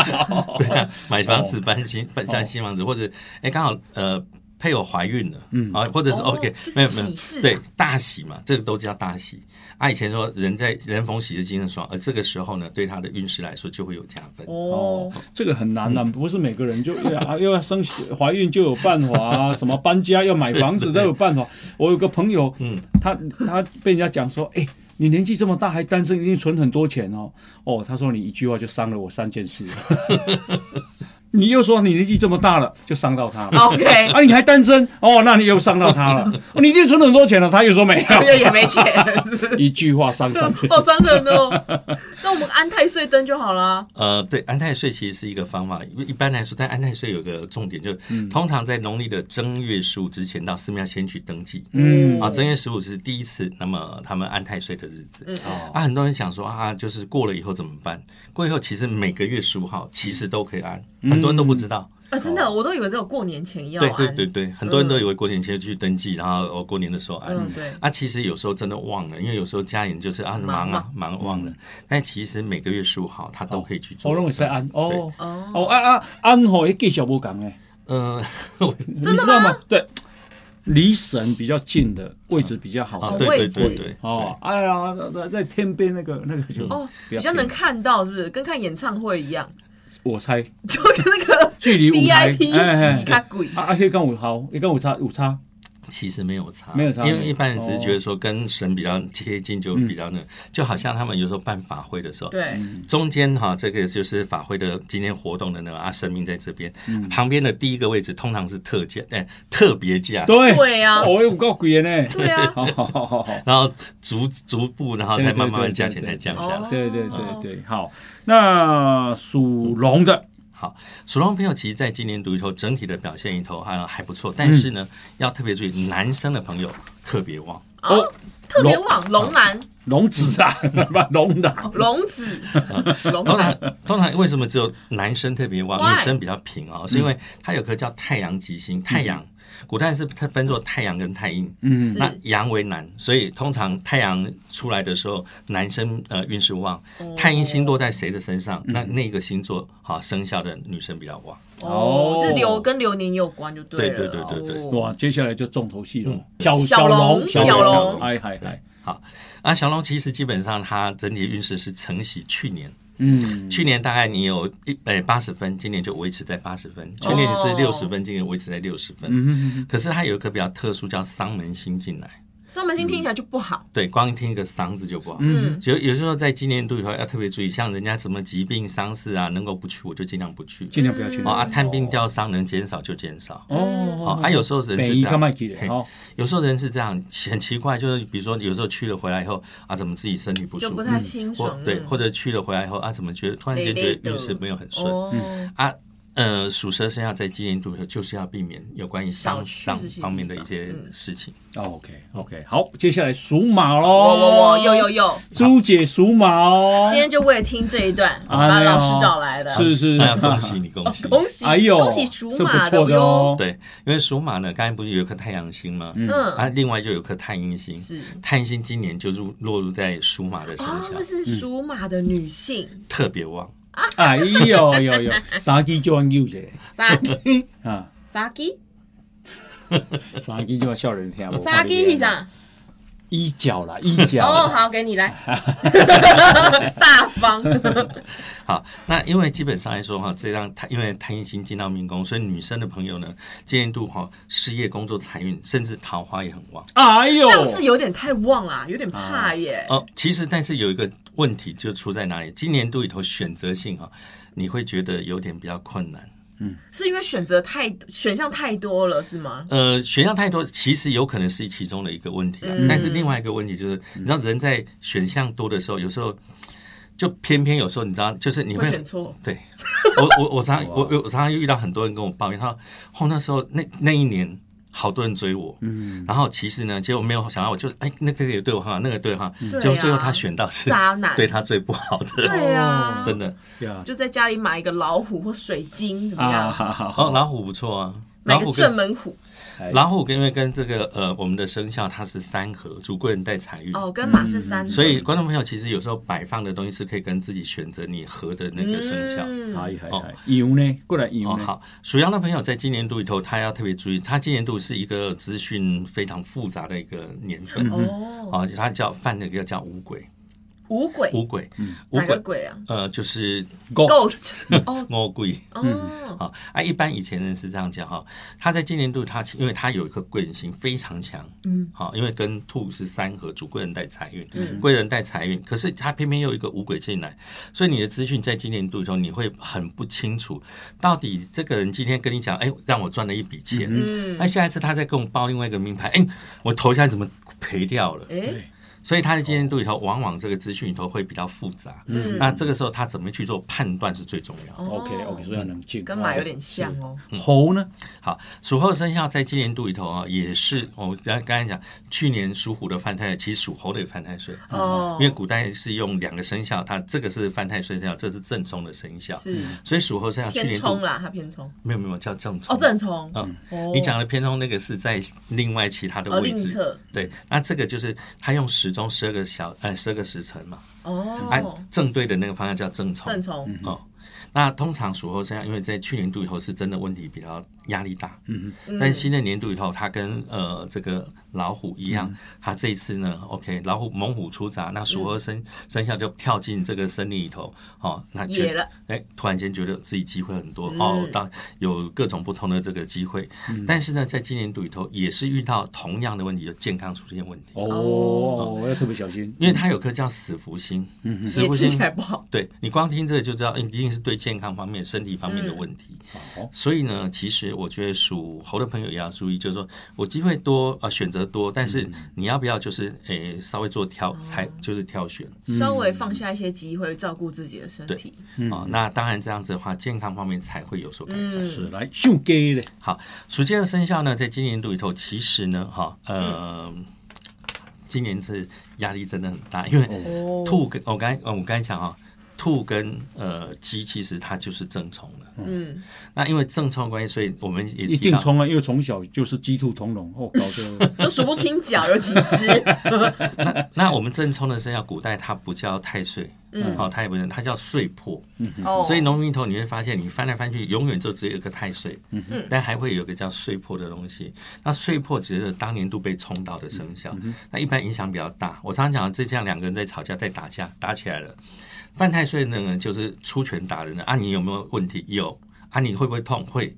Speaker 5: 对啊，买房子搬新搬家新房子，或者哎刚好呃配偶怀孕了，嗯啊，或者是
Speaker 4: 哦
Speaker 5: OK
Speaker 4: 就是
Speaker 5: 没有没有
Speaker 4: 喜事啊
Speaker 5: 对大喜嘛，这个都叫大喜。啊，以前说人在人逢喜事精神爽，而这个时候呢，对他的运势来说就会有加分。
Speaker 1: 哦
Speaker 4: 哦，，
Speaker 1: 这个很难啊，不是每个人就 *laughs* 啊又要生怀孕就有办法啊，什么搬家要买房子都有办法。我有个朋友，
Speaker 5: 嗯，
Speaker 1: 他他被人家讲说，哎、你年纪这么大还单身，一定存很多钱哦。哦，他说你一句话就伤了我三件事， *laughs* 你又说你年纪这么大了，就伤到他了。
Speaker 4: OK，
Speaker 1: *laughs* 啊，你还单身哦？那你又伤到他 *laughs* 了。哦你一定存很多钱了，他又说没
Speaker 4: 因
Speaker 1: *laughs* 有。
Speaker 4: 为也没钱，
Speaker 1: 一句话伤三件。
Speaker 4: 好伤人哦。那我们安太岁灯就好啦。
Speaker 5: 呃，对，安太岁其实是一个方法。因为一般来说，但安太岁有个重点，就是、通常在农历的正月十五之前，到寺庙先去登记。
Speaker 1: 嗯
Speaker 5: 啊，正月十五是第一次，那么他们安太岁的日子。
Speaker 4: 嗯
Speaker 1: 哦
Speaker 5: 啊，很多人想说啊，就是过了以后怎么办？过以后其实每个月十五号其实都可以安，很多人都不知道。
Speaker 4: 啊，真的，我都以为只有过年前嗯要
Speaker 5: 对
Speaker 4: 安。
Speaker 5: 对对对，很多人都以为过年前去登记，然后哦过年的时候安。
Speaker 4: 嗯对
Speaker 5: 啊，其实有时候真的忘了，因为有时候家人就是啊
Speaker 4: 忙嗯
Speaker 5: 忙啊忙忘了，但其实每个月十五号他都可以去做。
Speaker 1: 我认为是安
Speaker 5: 对
Speaker 1: 哦。
Speaker 4: 哦，
Speaker 1: 哦，安安安吼，迄技巧无共诶，
Speaker 5: 呃，
Speaker 1: 你知道吗？对，离神比较近的位置比较好
Speaker 5: 啊
Speaker 4: 哦
Speaker 1: 的。
Speaker 5: 对
Speaker 4: 位
Speaker 5: 对
Speaker 4: 置
Speaker 5: 对对，
Speaker 1: 哦，哎呀，在在天边那个那个就
Speaker 4: 哦，
Speaker 1: 嗯不要
Speaker 4: 比较能看到，是不是？跟看演唱会一样， *laughs*
Speaker 1: 我猜
Speaker 4: 就跟那
Speaker 1: *laughs*
Speaker 4: 个
Speaker 1: 距离舞台哎
Speaker 4: VIP 席看鬼。
Speaker 1: 啊啊，可以跟我好，也跟我差有差，
Speaker 5: 其实没有差，
Speaker 1: 没有差哦嗯
Speaker 5: 因为一般人只是觉得说跟神比较贴近，就比较那个，就好像他们有时候办法会的时候，
Speaker 4: 对，
Speaker 5: 中间哈，这个就是法会的今天活动的那个啊，神明在这边，
Speaker 1: 嗯
Speaker 5: 旁边的第一个位置通常是特价，哎、特别价，
Speaker 1: 对哦
Speaker 4: 对啊
Speaker 1: 我有够贵的 *laughs* 呢，
Speaker 4: 对啊，
Speaker 1: 好好好好好，
Speaker 5: 然后逐逐步，然后再慢慢
Speaker 1: 对对
Speaker 5: 慢
Speaker 1: 对
Speaker 5: 价钱
Speaker 1: 对
Speaker 5: 才降下
Speaker 4: 哦
Speaker 5: 来。
Speaker 1: 对对对对，好，那属龙的
Speaker 5: 好，属龙朋友其实在今年读里头整体的表现里头啊还不
Speaker 1: 嗯
Speaker 5: 错，但是呢，要特别注意男生的朋友特
Speaker 1: *laughs*
Speaker 5: 别旺，
Speaker 1: 哦，
Speaker 4: 特别旺，龙男、
Speaker 1: 龙子啊，不龙的，
Speaker 4: 龙
Speaker 1: *laughs*
Speaker 4: 子、龙
Speaker 5: 通
Speaker 4: 男，
Speaker 5: 常通常为什么只有男生特别旺，
Speaker 4: Why？
Speaker 5: 女生比较平哦？是因
Speaker 1: 嗯
Speaker 5: 为它有颗叫太阳吉星，太阳古代是它分作太阳跟太阴，
Speaker 1: 嗯
Speaker 4: 是
Speaker 5: 那阳为男，所以通常太阳出来的时候，男生呃运势旺，
Speaker 4: 哦
Speaker 5: 太阴星落在谁的身上，
Speaker 1: 嗯
Speaker 5: 那那个星座好生肖的女生比较旺。
Speaker 4: 哦
Speaker 1: 哦，
Speaker 4: 就是流跟流年有关就了。
Speaker 5: 对对对对对
Speaker 4: 哦
Speaker 1: 哇，接下来就重头戏了，小
Speaker 4: 小龙
Speaker 1: 龙
Speaker 4: 小龙
Speaker 1: 哎嗨嗨，
Speaker 5: 啊，小龙其实基本上它整体的运势是承袭去年，
Speaker 1: 嗯，
Speaker 5: 去年大概你有一呃八十分，今年就维持在八十分，去年你是
Speaker 4: 哦
Speaker 5: 六十分，今年维持在六十分。
Speaker 1: 嗯
Speaker 5: 可是它有一个比较特殊，叫丧门星进来。
Speaker 4: 上门心听起来就不好。
Speaker 5: 对，光听一个“丧”字就不好。
Speaker 1: 嗯，
Speaker 5: 其实有时候在今年度里头要特别注意，像人家什么疾病、丧事啊，能够不去我就尽量不去。
Speaker 1: 尽量不要去
Speaker 5: 哦
Speaker 4: 嗯
Speaker 5: 啊，探病吊伤能减少就减少。
Speaker 1: 哦
Speaker 5: 哦，啊，有时候人
Speaker 1: 北
Speaker 5: 是
Speaker 1: 一
Speaker 5: 这
Speaker 1: 看麦
Speaker 5: 样，
Speaker 1: 基的
Speaker 5: 嘿
Speaker 1: 哦，
Speaker 5: 有时候人是这样，很奇怪，就是比如说有时候去了回来以后啊，怎么自己身体不
Speaker 1: 嗯
Speaker 5: 舒
Speaker 4: 就
Speaker 5: 服，
Speaker 4: 不太清
Speaker 5: 或
Speaker 4: 爽，
Speaker 5: 对，
Speaker 4: 嗯
Speaker 5: 或者去了回来以后啊，怎么觉得突然间觉得运势没有很顺
Speaker 4: 哦，
Speaker 1: 嗯
Speaker 5: 啊？呃，属蛇生肖在今年度里头就是要避免有关于
Speaker 4: 少
Speaker 5: 丧
Speaker 4: 去
Speaker 5: 丧
Speaker 4: 这些
Speaker 5: 方面
Speaker 4: 地
Speaker 5: 的
Speaker 4: 方
Speaker 5: 一些
Speaker 4: 嗯
Speaker 5: 事情。
Speaker 1: OK OK，好，接下来属马喽，
Speaker 4: 我
Speaker 1: 哦
Speaker 4: 我我哦有有有，
Speaker 1: 朱姐属马哦，
Speaker 4: 今天就为了听这一段，
Speaker 1: 哎呦
Speaker 4: 把老师找来的，
Speaker 1: 是是，
Speaker 5: 那要恭喜你，恭喜！
Speaker 4: 哦恭喜
Speaker 1: 哎呦，
Speaker 4: 恭喜属
Speaker 1: 这
Speaker 4: 马
Speaker 1: 不
Speaker 4: 的
Speaker 1: 错的
Speaker 4: 哟，
Speaker 1: 哦，
Speaker 5: *laughs* 对，因为属马呢，刚才不是有一颗太阳星吗？嗯
Speaker 4: 嗯，
Speaker 5: 啊，另外就有颗太阴星，
Speaker 4: 是
Speaker 5: 太阴星今年就入落入在属马的生
Speaker 4: 啊，
Speaker 5: 肖，
Speaker 4: 这是属马的女性，
Speaker 5: 特别旺。
Speaker 1: 哎呦呦呦，三支就按有一个
Speaker 4: 沙基
Speaker 1: 啊，
Speaker 4: 沙基
Speaker 1: 三支就要笑人听无？
Speaker 4: 沙
Speaker 5: 哦
Speaker 4: 基是？啥？
Speaker 1: 衣角啦，衣角。
Speaker 4: 哦，好，给你来，
Speaker 5: *laughs*
Speaker 4: 大方，
Speaker 5: 好，那因为基本上来说哈，这让太因为太阴星进到命宫，所以女生的朋友呢，今年度哈事业、工作、财运，甚至桃花也很旺。
Speaker 1: 哎呦
Speaker 4: 这，样是有点太旺啦，有点怕耶。
Speaker 5: 哦，其实但是有一个问题就出在哪里？今年度里头选择性哈，你会觉得有点比较困难。
Speaker 4: 是因为选择太选项太多了是吗？
Speaker 5: 呃，选项太多，其实有可能是其中的一个问题啊。
Speaker 4: 嗯
Speaker 5: 但是另外一个问题就是，你知道人在选项多的时候，有时候就偏偏有时候你知道，就是你
Speaker 4: 会
Speaker 5: 会
Speaker 4: 选错，
Speaker 5: 对我我我常我我我常常遇到很多人跟我抱怨，他说哦那时候那那一年好多人追我，嗯，然后其实呢，结果没有想到，我就哎那这个也对我很好，那个对我很好，
Speaker 4: 对啊
Speaker 5: 结果最后他选到是
Speaker 4: 渣男
Speaker 5: *laughs* 对他最不好的，
Speaker 4: 对
Speaker 5: *laughs*
Speaker 4: 啊呀，
Speaker 5: 真的
Speaker 1: 呀
Speaker 4: 就在家里买一个老虎或水晶怎么
Speaker 1: 啊，
Speaker 4: 样？
Speaker 1: 好好好，
Speaker 5: 哦老虎不错啊，
Speaker 4: 买
Speaker 5: 老
Speaker 4: 个
Speaker 5: 虎
Speaker 4: 正
Speaker 5: 跟
Speaker 4: 门虎
Speaker 5: 老虎跟因为跟这个呃我们的生肖它是三合，主贵人带财运。
Speaker 4: 哦，跟马是三，
Speaker 5: 嗯所以，观众朋友，其实有时候摆放的东西是可以跟自己选择你合的那个生肖。
Speaker 4: 嗯，
Speaker 1: 哎哎
Speaker 5: 哦
Speaker 1: 哎，羊呢？过来
Speaker 5: 哦，
Speaker 1: 羊呢？
Speaker 5: 好，属羊的朋友在今年度里头，他要特别注意，他今年度是一个资讯非常复杂的一个年份。
Speaker 4: 哦，
Speaker 5: 啊，他叫犯了一个叫五鬼，
Speaker 4: 五鬼
Speaker 5: 五鬼，五
Speaker 4: 哪个
Speaker 5: 鬼，
Speaker 4: 鬼啊
Speaker 5: 呃，就是
Speaker 4: ？Ghost 哦
Speaker 5: 魔鬼
Speaker 4: 哦，
Speaker 5: 啊。啊，一般以前人是这样讲哈，他在今年度他因为他有一颗贵人星非常强，
Speaker 4: 嗯，
Speaker 5: 好，因为跟兔是三合，主贵人带财运
Speaker 4: 嗯，
Speaker 5: 贵人带财运，可是他偏偏又有一个五鬼进来，所以你的资讯在今年度中你会很不清楚，到底这个人今天跟你讲，哎，让我赚了一笔钱，
Speaker 4: 嗯
Speaker 5: 那下一次他再跟我报另外一个名牌，哎，我头一下怎么赔掉了？
Speaker 4: 哎，
Speaker 5: 所以他的今年度里头，往往这个资讯里头会比较复杂。
Speaker 4: 嗯
Speaker 5: 那这个时候他怎么去做判断是最重要的。
Speaker 4: 哦
Speaker 1: OK OK，所以要冷静。
Speaker 4: 跟马有点像哦，
Speaker 1: 是。猴呢？
Speaker 5: 好，属猴的生肖在今年度里头啊，也是我刚刚才讲，去年属虎的犯太岁，其实属猴的也犯太岁。
Speaker 4: 哦
Speaker 5: 因，为古代是用两个生肖，它这个是犯太岁生肖，这是正冲的生肖，
Speaker 4: 是
Speaker 5: 所以属猴生肖去
Speaker 4: 偏
Speaker 5: 年
Speaker 4: 冲
Speaker 5: 度
Speaker 4: 啦，他偏冲
Speaker 5: 没有没有叫正冲
Speaker 4: 哦，正冲，
Speaker 5: 嗯
Speaker 4: 哦
Speaker 5: 你讲的偏冲那个是在另外其他的
Speaker 4: 哦
Speaker 5: 位
Speaker 4: 另一
Speaker 5: 置，
Speaker 4: 侧
Speaker 5: 对，那这个就是他用时钟十二个小呃十二个时辰嘛，按
Speaker 4: 哦，
Speaker 5: 正对的那个方向叫正冲，
Speaker 4: 正冲
Speaker 5: 哦，那通常属猴生肖，因为在去年度以后是真的问题比较压力大，嗯嗯，但新的年度以后，它跟呃这个老虎一样，它这一次呢，OK，老虎猛虎出闸，那属猴生生肖就跳进这个森林里头，哦，那觉
Speaker 4: 野了
Speaker 5: 哎，突然间觉得自己机会很多、
Speaker 4: 嗯
Speaker 5: 哦，当有各种不同的这个机会，但是呢，在今年度里头也是遇到同样的问题，就健康出现问题，
Speaker 1: 哦，要特别小心。
Speaker 5: 因为它有颗叫死福星，嗯、死
Speaker 4: 也
Speaker 5: 福
Speaker 4: 听
Speaker 5: 星
Speaker 4: 起来不好，
Speaker 5: 对你光听这个就知道，一定是对健康方面、身体方面的问题。
Speaker 1: 嗯好
Speaker 5: 所以呢，其实我觉得属猴的朋友也要注意，就是说我机会多，呃，选择多，但是你要不要就是诶、稍微做挑才就是挑选
Speaker 4: 稍微放下一些机会，照顾自己的身体，
Speaker 5: 啊、那当然这样子的话，健康方面才会有所改善。
Speaker 1: 是来上街嘞，
Speaker 5: 好，属鸡的生肖呢，在今年度里头，其实呢，哈，呃，今年是压力真的很大，因为
Speaker 4: 哦
Speaker 5: 兔跟我刚才呃我刚才讲哈，兔跟呃鸡其实它就是正冲的。
Speaker 4: 嗯，
Speaker 5: 那因为正冲的关系，所以我们也
Speaker 1: 一
Speaker 5: 提
Speaker 1: 定
Speaker 5: 到，
Speaker 1: 冲啊，因为从小就是鸡兔同笼，
Speaker 5: *laughs*
Speaker 1: 哦，搞得
Speaker 4: 都数不清脚有几只，
Speaker 5: 那我们正冲的生肖，古代它不叫太岁，
Speaker 4: 嗯
Speaker 5: 哦，它也不能，它叫岁破。嗯
Speaker 4: 哦，
Speaker 5: 所以农民头你会发现，你翻来翻去，永远就只有一个太岁，
Speaker 4: 嗯
Speaker 1: 嗯
Speaker 5: 但还会有一个叫岁破的东西。那岁破只是当年度被冲到的生肖，
Speaker 1: 嗯
Speaker 5: 那一般影响比较大。我常常讲，这像两个人在吵架，在打架，打起来了，犯太岁那个人就是出拳打人的啊，你有没有问题？有啊，你会不会痛？会，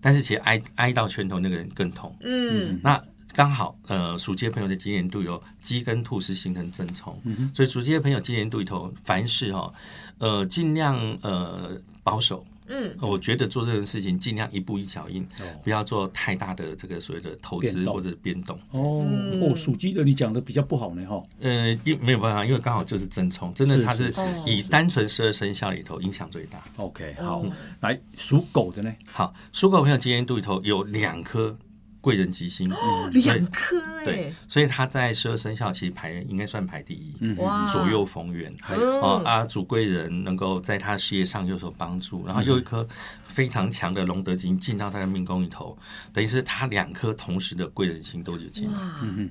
Speaker 5: 但是其实挨挨到拳头那个人更痛。
Speaker 4: 嗯，
Speaker 5: 那刚好呃属鸡的朋友的今年度有鸡跟兔是形成正冲，
Speaker 1: 嗯
Speaker 5: 所以属鸡的朋友今年度里头凡事哈、呃尽量呃保守。
Speaker 4: 嗯，
Speaker 5: 我觉得做这件事情尽量一步一脚印，不要做太大的这个所谓的投
Speaker 1: 哦变
Speaker 5: 资
Speaker 1: 动
Speaker 5: 或者是变动。
Speaker 1: 哦，
Speaker 4: 嗯
Speaker 1: 哦，属鸡的你讲的比较不好呢，哈，
Speaker 5: 呃，因没有办法，因为刚好就是正冲，真的
Speaker 1: 是
Speaker 5: 它
Speaker 1: 是
Speaker 5: 是以单纯十二生肖里头影响最大。
Speaker 1: OK，
Speaker 4: 哦
Speaker 1: 好，来属狗的呢，
Speaker 5: 好，属狗朋友今年度里头有两颗贵人吉星，所以
Speaker 4: 哦两颗
Speaker 5: 对
Speaker 4: 哎，，
Speaker 5: 所以它在十二生肖其实排应该算排第一，
Speaker 4: 哇，
Speaker 5: 嗯左右逢源。
Speaker 4: 嗯
Speaker 5: 哦啊，主贵人能够在他事业上有所帮助，然后又一
Speaker 4: 嗯
Speaker 5: 颗非常强的龙德金进到他的命宫里头，等于是他两颗同时的贵人星都有进来
Speaker 4: 哇，
Speaker 1: 嗯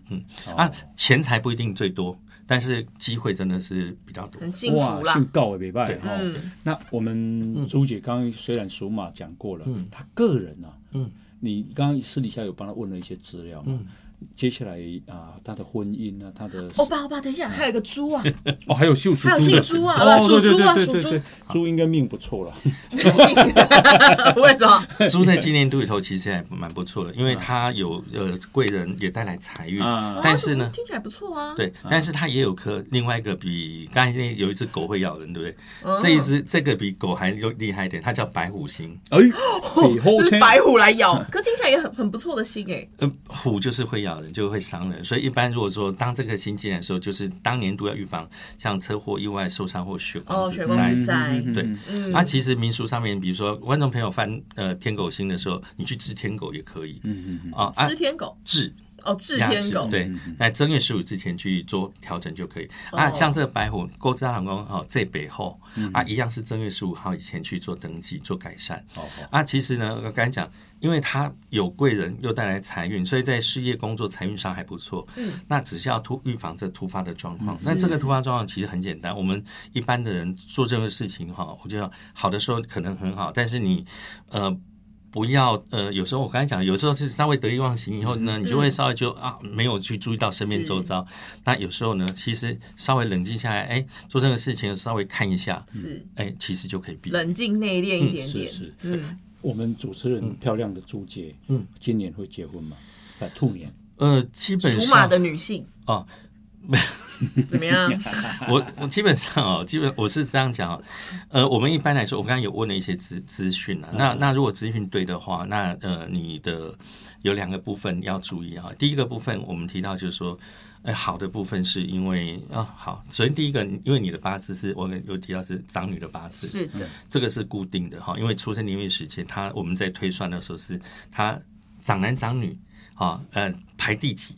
Speaker 5: 啊，钱财不一定最多，但是机会真的是比较多
Speaker 4: 很。幸福
Speaker 1: 哇，
Speaker 4: 啦
Speaker 1: 姓，告也没败
Speaker 5: 对
Speaker 1: 哈。
Speaker 4: 嗯
Speaker 1: 那我们朱姐刚刚虽然属马讲过了，
Speaker 5: 嗯
Speaker 1: 她个人呢、
Speaker 5: 嗯，
Speaker 1: 你刚刚私底下有帮她问了一些资料嘛
Speaker 5: 嗯？
Speaker 1: 接下来啊，她的婚姻啊，她的
Speaker 4: 欧巴欧巴，等一下，还有一个猪
Speaker 5: *laughs*
Speaker 4: 啊，
Speaker 1: 哦，还有秀属
Speaker 4: 哦还有
Speaker 1: 猪的，
Speaker 4: 姓朱啊
Speaker 1: 哦，
Speaker 4: 不是
Speaker 1: 对
Speaker 4: 属猪啊嗯
Speaker 1: 对对对
Speaker 4: 属
Speaker 1: 对对，猪应该命不错了。
Speaker 4: *laughs* 为什么？
Speaker 5: *laughs* 猪在今年度里头其实还蛮不错的，因
Speaker 4: 嗯
Speaker 5: 为它有呃贵人也带来财运
Speaker 1: 啊，
Speaker 5: 但是呢
Speaker 4: 哦，听起来不错啊，，
Speaker 5: 对，但是它也有颗另外一个比刚才那有一只狗会咬人，对不对？
Speaker 4: 嗯
Speaker 5: 这一只这个比狗还又厉害一点，它叫白虎星。
Speaker 4: *laughs*
Speaker 1: 哎，比后
Speaker 4: 哦是
Speaker 1: 天
Speaker 4: 白虎来咬，可听起来也很很不错的心哎，
Speaker 5: 呃，虎就是会咬人，就会伤人，所以一般如果说当这个星进来的时候，就是当年度要预防像车祸、意外、受伤或血光
Speaker 4: 哦，
Speaker 5: 之
Speaker 4: 血
Speaker 5: 灾
Speaker 4: 光之灾，
Speaker 5: 对
Speaker 1: 嗯，
Speaker 4: 嗯
Speaker 5: 那、其实民俗上面，比如说观众朋友翻呃天狗星的时候，你去治天狗也可以，嗯嗯啊啊
Speaker 4: 吃天狗
Speaker 5: 治
Speaker 4: 哦，治
Speaker 5: 压
Speaker 4: 天
Speaker 5: 制
Speaker 4: 狗，
Speaker 1: 嗯
Speaker 5: 对，在正月十五之前去做调整就可以。啊，
Speaker 4: 哦
Speaker 5: 像这个白虎勾之航空哦，这北后
Speaker 1: 嗯
Speaker 5: 啊，一样是正月十五号以前去做登记做改善。
Speaker 1: 好
Speaker 5: 啊，其实呢，我刚才讲，因为它有贵人又带来财运，所以在事业、工作、财运上还不错。嗯，那只是要突预防这突发的状
Speaker 4: 嗯
Speaker 5: 况。那这个突发状况其实很简单，我们一般的人做这个事情哈，我觉得好的时候可能很好，但是你呃。不要呃，有时候我刚才讲，有时候是稍微得意忘形以后呢，你
Speaker 4: 嗯
Speaker 5: 就会稍微就啊没有去注意到身边周遭。那有时候呢，其实稍微冷静下来，哎，做这个事情稍微看一下，
Speaker 4: 是
Speaker 5: 哎，其实就可以避免。
Speaker 4: 冷静内敛一点
Speaker 1: 是
Speaker 4: 点，
Speaker 1: 是。
Speaker 4: 嗯，
Speaker 1: 我们主持人漂亮的朱姐，
Speaker 5: 嗯，
Speaker 1: 今年会结婚吗？在兔年，
Speaker 5: 呃，基本
Speaker 4: 属
Speaker 5: 上
Speaker 4: 马的女性
Speaker 5: 哦，
Speaker 4: *laughs* 怎
Speaker 1: *laughs*
Speaker 4: 么样？
Speaker 5: *laughs* 我我基本上哦，基本我是这样讲哦，呃，我们一般来说，我刚刚有问了一些资资讯啊，那那如果资讯对的话，那呃，你的有两个部分要注意啊、第一个部分我们提到就是说，呃，好的部分是因为啊、好，首先第一个，因为你的八字是我有提到是长女的八字，
Speaker 4: 是的，
Speaker 5: 这个是固定的哈，因为出生年月时间，它我们在推算的时候是它长男长女啊，呃，排第几，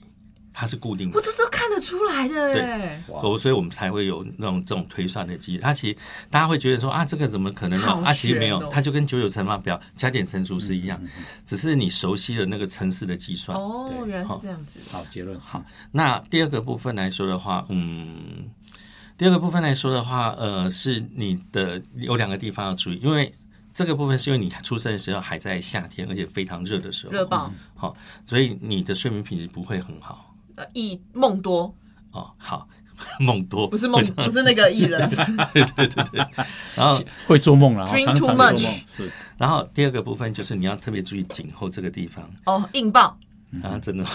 Speaker 5: 它是固定的
Speaker 4: 我。这都看得出来的哎，
Speaker 5: 哦，所以我们才会有那种这种推算的机制。它其实大家会觉得说啊，这个怎么可能呢
Speaker 4: 好？
Speaker 5: 啊，其实没
Speaker 4: 玄哦
Speaker 5: 有，它就跟九九乘法表加减乘除是一样，只是你熟悉了那个程式的计算。
Speaker 4: 哦，
Speaker 1: 对
Speaker 4: 原来是这样子，
Speaker 1: 好结论，好，
Speaker 4: 嗯
Speaker 5: 那第二个部分来说的话，嗯，第二个部分来说的话，呃，是你的有两个地方要注意，因为这个部分是因为你出生的时候还在夏天，而且非常热的时候，嗯
Speaker 4: 热爆，
Speaker 5: 好、所以你的睡眠品质不会很好。
Speaker 4: 呃，忆梦多
Speaker 5: 哦，好， *laughs* 梦多
Speaker 4: 不是
Speaker 5: *laughs*
Speaker 4: 梦，不是那个艺人，
Speaker 5: 然后
Speaker 1: 会做梦了，常
Speaker 4: Dream
Speaker 1: 常
Speaker 4: too
Speaker 1: 会做
Speaker 4: much
Speaker 1: 梦，是
Speaker 5: 然后第二个部分就是你要特别注意颈后这个地方
Speaker 4: 哦，硬爆，
Speaker 5: 啊，真的，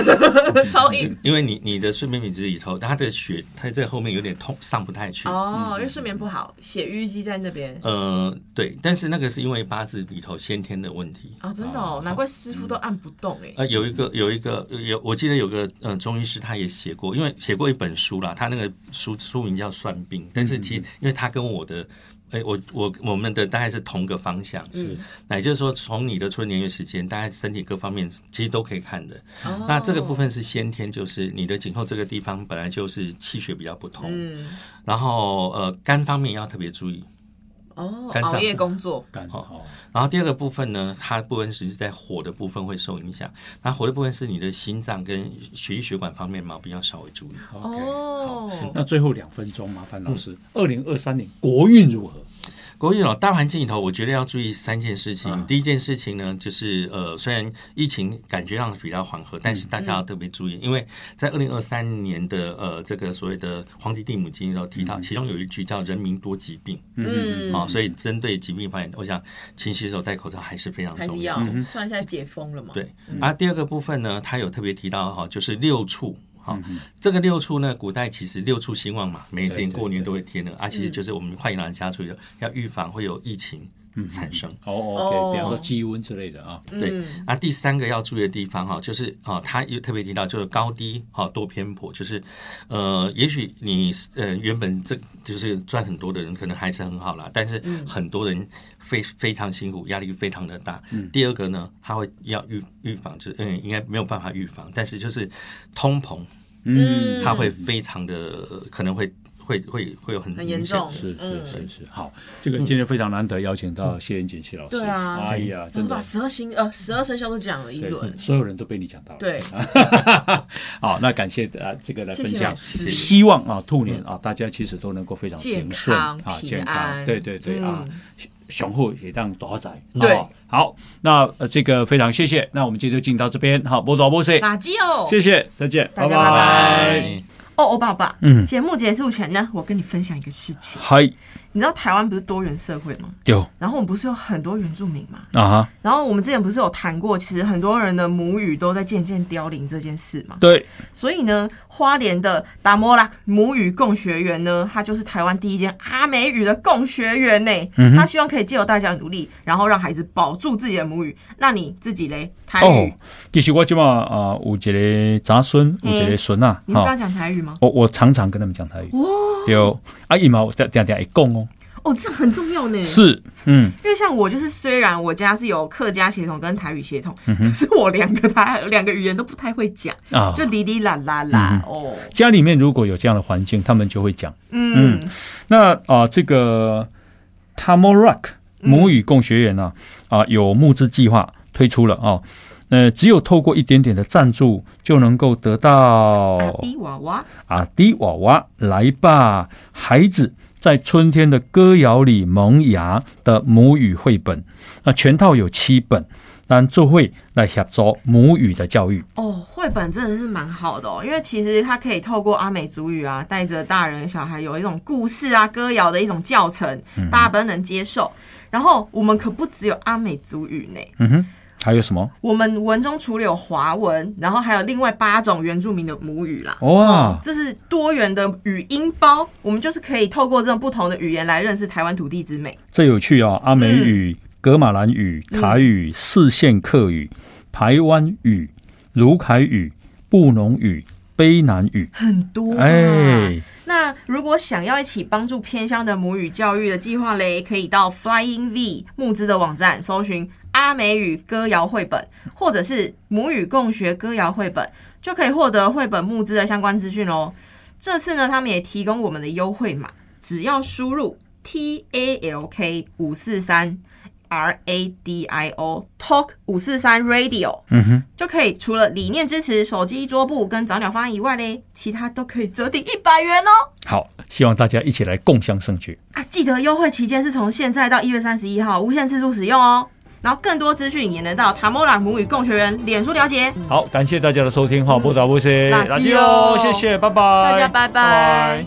Speaker 5: *laughs*
Speaker 4: 超硬
Speaker 5: 因为你你的睡眠品质里头，它的血它在后面有点痛，上不太去。
Speaker 4: 哦，因为睡眠不好，血淤积在那边
Speaker 5: 呃，对，但是那个是因为八字里头先天的问题。
Speaker 4: 啊，真的哦，难怪师傅都按不动哎，
Speaker 5: 呃，有一个有一个有，我记得有个呃中医师他也写过，因为写过一本书啦，他那个书书名叫《算病》，但是
Speaker 4: 嗯
Speaker 5: 其实因为他跟我的，哎、我我我们的大概是同个方向，是，那也就是说从你的春年月时间，大概身体各方面其实都可以看的。
Speaker 4: 哦
Speaker 5: 那这个部分是先天，就是你的颈后这个地方本来就是气血比较不通，
Speaker 4: 嗯，
Speaker 5: 然后呃肝方面要特别注意，
Speaker 4: 哦，
Speaker 5: 肝脏
Speaker 4: 熬夜工作，
Speaker 1: 干好，
Speaker 5: 然后第二个部分呢，它部分是在火的部分会受影响。那火的部分是你的心脏跟血液血管方面毛病要稍微注意。
Speaker 1: OK，
Speaker 4: 哦，
Speaker 6: 嗯
Speaker 1: 那最后两分钟，麻烦老师，二零二三年国运如何？
Speaker 5: 国际老大环境里头，我觉得要注意三件事
Speaker 4: 啊
Speaker 5: 情。第一件事情呢，就是呃，虽然疫情感觉上比较缓
Speaker 4: 嗯
Speaker 5: 和，但是大家要特别注意，因为在二零二三年的呃这个所谓的《黄帝地母经》里头提到，其中有一句叫“人民多疾病”
Speaker 4: 嗯，
Speaker 5: 啊，所以针对疾病方面，我想勤洗手、戴口罩还是非常
Speaker 4: 还
Speaker 5: 重
Speaker 4: 是
Speaker 5: 要
Speaker 4: 要
Speaker 5: 的。
Speaker 4: 算一下解封了嘛？
Speaker 5: 嗯
Speaker 4: 嗯
Speaker 5: 对，啊，第二个部分呢，他有特别提到哈，就是六畜。
Speaker 4: 嗯
Speaker 5: 哈，这个六畜呢，古代其实六畜兴旺嘛，每一年过年都会贴的啊，其实就是我们欢迎老人家出去，要预防会有疫情产生。
Speaker 6: 哦，OK，比方说
Speaker 4: 哦
Speaker 6: 鸡瘟之类的啊，
Speaker 5: 对
Speaker 4: 嗯，
Speaker 5: 啊，第三个要注意的地方哈，就是啊，他又特别提到就是高低哈多偏颇，就是呃，也许你呃原本这就是赚很多的人，可能还是很好啦，但是
Speaker 4: 嗯
Speaker 5: 很多人非非常辛苦，压力非常的大。
Speaker 4: 嗯
Speaker 5: 第二个呢，他会要预预防，就是嗯，应该没有办法预防，但是就是通膨，
Speaker 4: 嗯，
Speaker 5: 它会非常的可能会会会会有很
Speaker 4: 很
Speaker 5: 明
Speaker 4: 严
Speaker 5: 显
Speaker 4: 重
Speaker 5: 的
Speaker 6: 是是
Speaker 4: 嗯
Speaker 6: 是是，好，这个今天非常难得邀请到谢元锦谢老师，
Speaker 4: 对啊
Speaker 6: 哎
Speaker 1: 嗯
Speaker 6: 呀，
Speaker 4: 总
Speaker 6: 真
Speaker 4: 是
Speaker 6: 的
Speaker 4: 把。十二星呃十二生肖都讲了一
Speaker 6: 对嗯
Speaker 4: 轮，
Speaker 6: 所有人都被你讲到了。
Speaker 4: 对，
Speaker 6: 好，那感谢啊，这个来分
Speaker 4: 谢谢老
Speaker 6: 享，
Speaker 4: 师
Speaker 6: 希望啊，兔年啊，大家其实都能够非常平顺
Speaker 4: 健
Speaker 6: 啊
Speaker 4: 康，平
Speaker 6: 健康，
Speaker 4: 安嗯
Speaker 6: 对对对啊，雄厚也当大仔。
Speaker 4: 对
Speaker 6: 哦好，那呃这个非常谢谢，那我们今天就进到这边，好，波导波 C，
Speaker 4: 垃圾哦，
Speaker 6: 谢谢，再见，
Speaker 4: 大家拜
Speaker 6: 拜
Speaker 4: 拜。哦哦，爸爸，
Speaker 6: 嗯
Speaker 4: 节目结束前呢，我跟你分享一个事情。
Speaker 6: 嗨，
Speaker 4: 你知道台湾不是多元社会吗？
Speaker 6: 有
Speaker 4: 然后我们不是有很多原住民嘛？
Speaker 6: 啊哈，
Speaker 4: 然后我们之前不是有谈过，其实很多人的母语都在渐渐凋零这件事嘛。
Speaker 6: 对，
Speaker 4: 所以呢，花莲的达摩拉母语共学园呢，它就是台湾第一间阿美语的共学园呢。
Speaker 6: 嗯哼
Speaker 4: 他希望可以借由大家的努力，然后让孩子保住自己的母语。那你自己嘞，台
Speaker 1: 哦
Speaker 4: 语，，
Speaker 1: 其实我今嘛啊有一个长孙，有一个孙啊，
Speaker 4: 你们刚刚讲台语吗？
Speaker 1: 我我常常跟他们讲台语，对，啊，伊嘛有定定定会讲哦，
Speaker 4: 哦，这很重要呢。
Speaker 1: 是，嗯，
Speaker 4: 因为像我就是，虽然我家是有客家血统跟台语血统，可是我两个台两个语言都不太会讲，
Speaker 1: 啊，
Speaker 4: 就哩哩啦啦啦哦，
Speaker 1: 家里面如果有这样的环境，他们就会讲。
Speaker 4: 嗯
Speaker 1: 那啊、这个 Tamorak
Speaker 4: 嗯
Speaker 1: 母语共学园啊，啊、有募资计划推出了啊。呃，只有透过一点点的赞助，就能够得到
Speaker 4: 阿迪啊娃娃，
Speaker 1: 阿迪啊娃娃来吧，孩子在春天的歌谣里萌芽的母语绘本，那全套有七本，但就会来协助母语的教育。
Speaker 4: 哦，绘本真的是蛮好的哦，因为其实它可以透过阿美族语啊，带着大人小孩有一种故事啊、歌谣的一种教程，
Speaker 1: 嗯
Speaker 4: 大家比较能接受。然后我们可不只有阿美族语呢，
Speaker 1: 嗯哼，还有什么？
Speaker 4: 我们文中除了有华文，然后还有另外八种原住民的母语啦。哦
Speaker 1: 哇，
Speaker 4: 这是多元的语音包，我们就是可以透过这种不同的语言来认识台湾土地之美。
Speaker 1: 这有趣哦！阿美语、格马兰语、塔语、四线客语、排湾语、卢凯语、布农语、卑南语，
Speaker 4: 很多、啊，
Speaker 1: 哎，
Speaker 4: 那如果想要一起帮助偏乡的母语教育的计划嘞，可以到 Flying V 募资的网站搜寻阿美语歌谣绘本，或者是母语共学歌谣绘本，就可以获得绘本募资的相关资讯哦。这次呢，他们也提供我们的优惠码，只要输入 T A L K 五四三 R A D I O Talk 五四三 Radio。
Speaker 1: 嗯哼，
Speaker 4: 就可以除了理念支持手机桌布跟早鸟方案以外嘞，其他都可以折抵一百元哦。
Speaker 1: 好，希望大家一起来共襄盛举。
Speaker 4: 啊，记得优惠期间是从现在到一月三十一号，无限次数使用哦。然后更多资讯也能到塔莫朗母语共学员脸书了解。
Speaker 1: 好，感谢大家的收听哈，不打不谢，
Speaker 4: 垃圾
Speaker 1: 垃圾
Speaker 4: 哦
Speaker 1: 谢谢，拜拜，
Speaker 4: 大家拜拜。
Speaker 1: 拜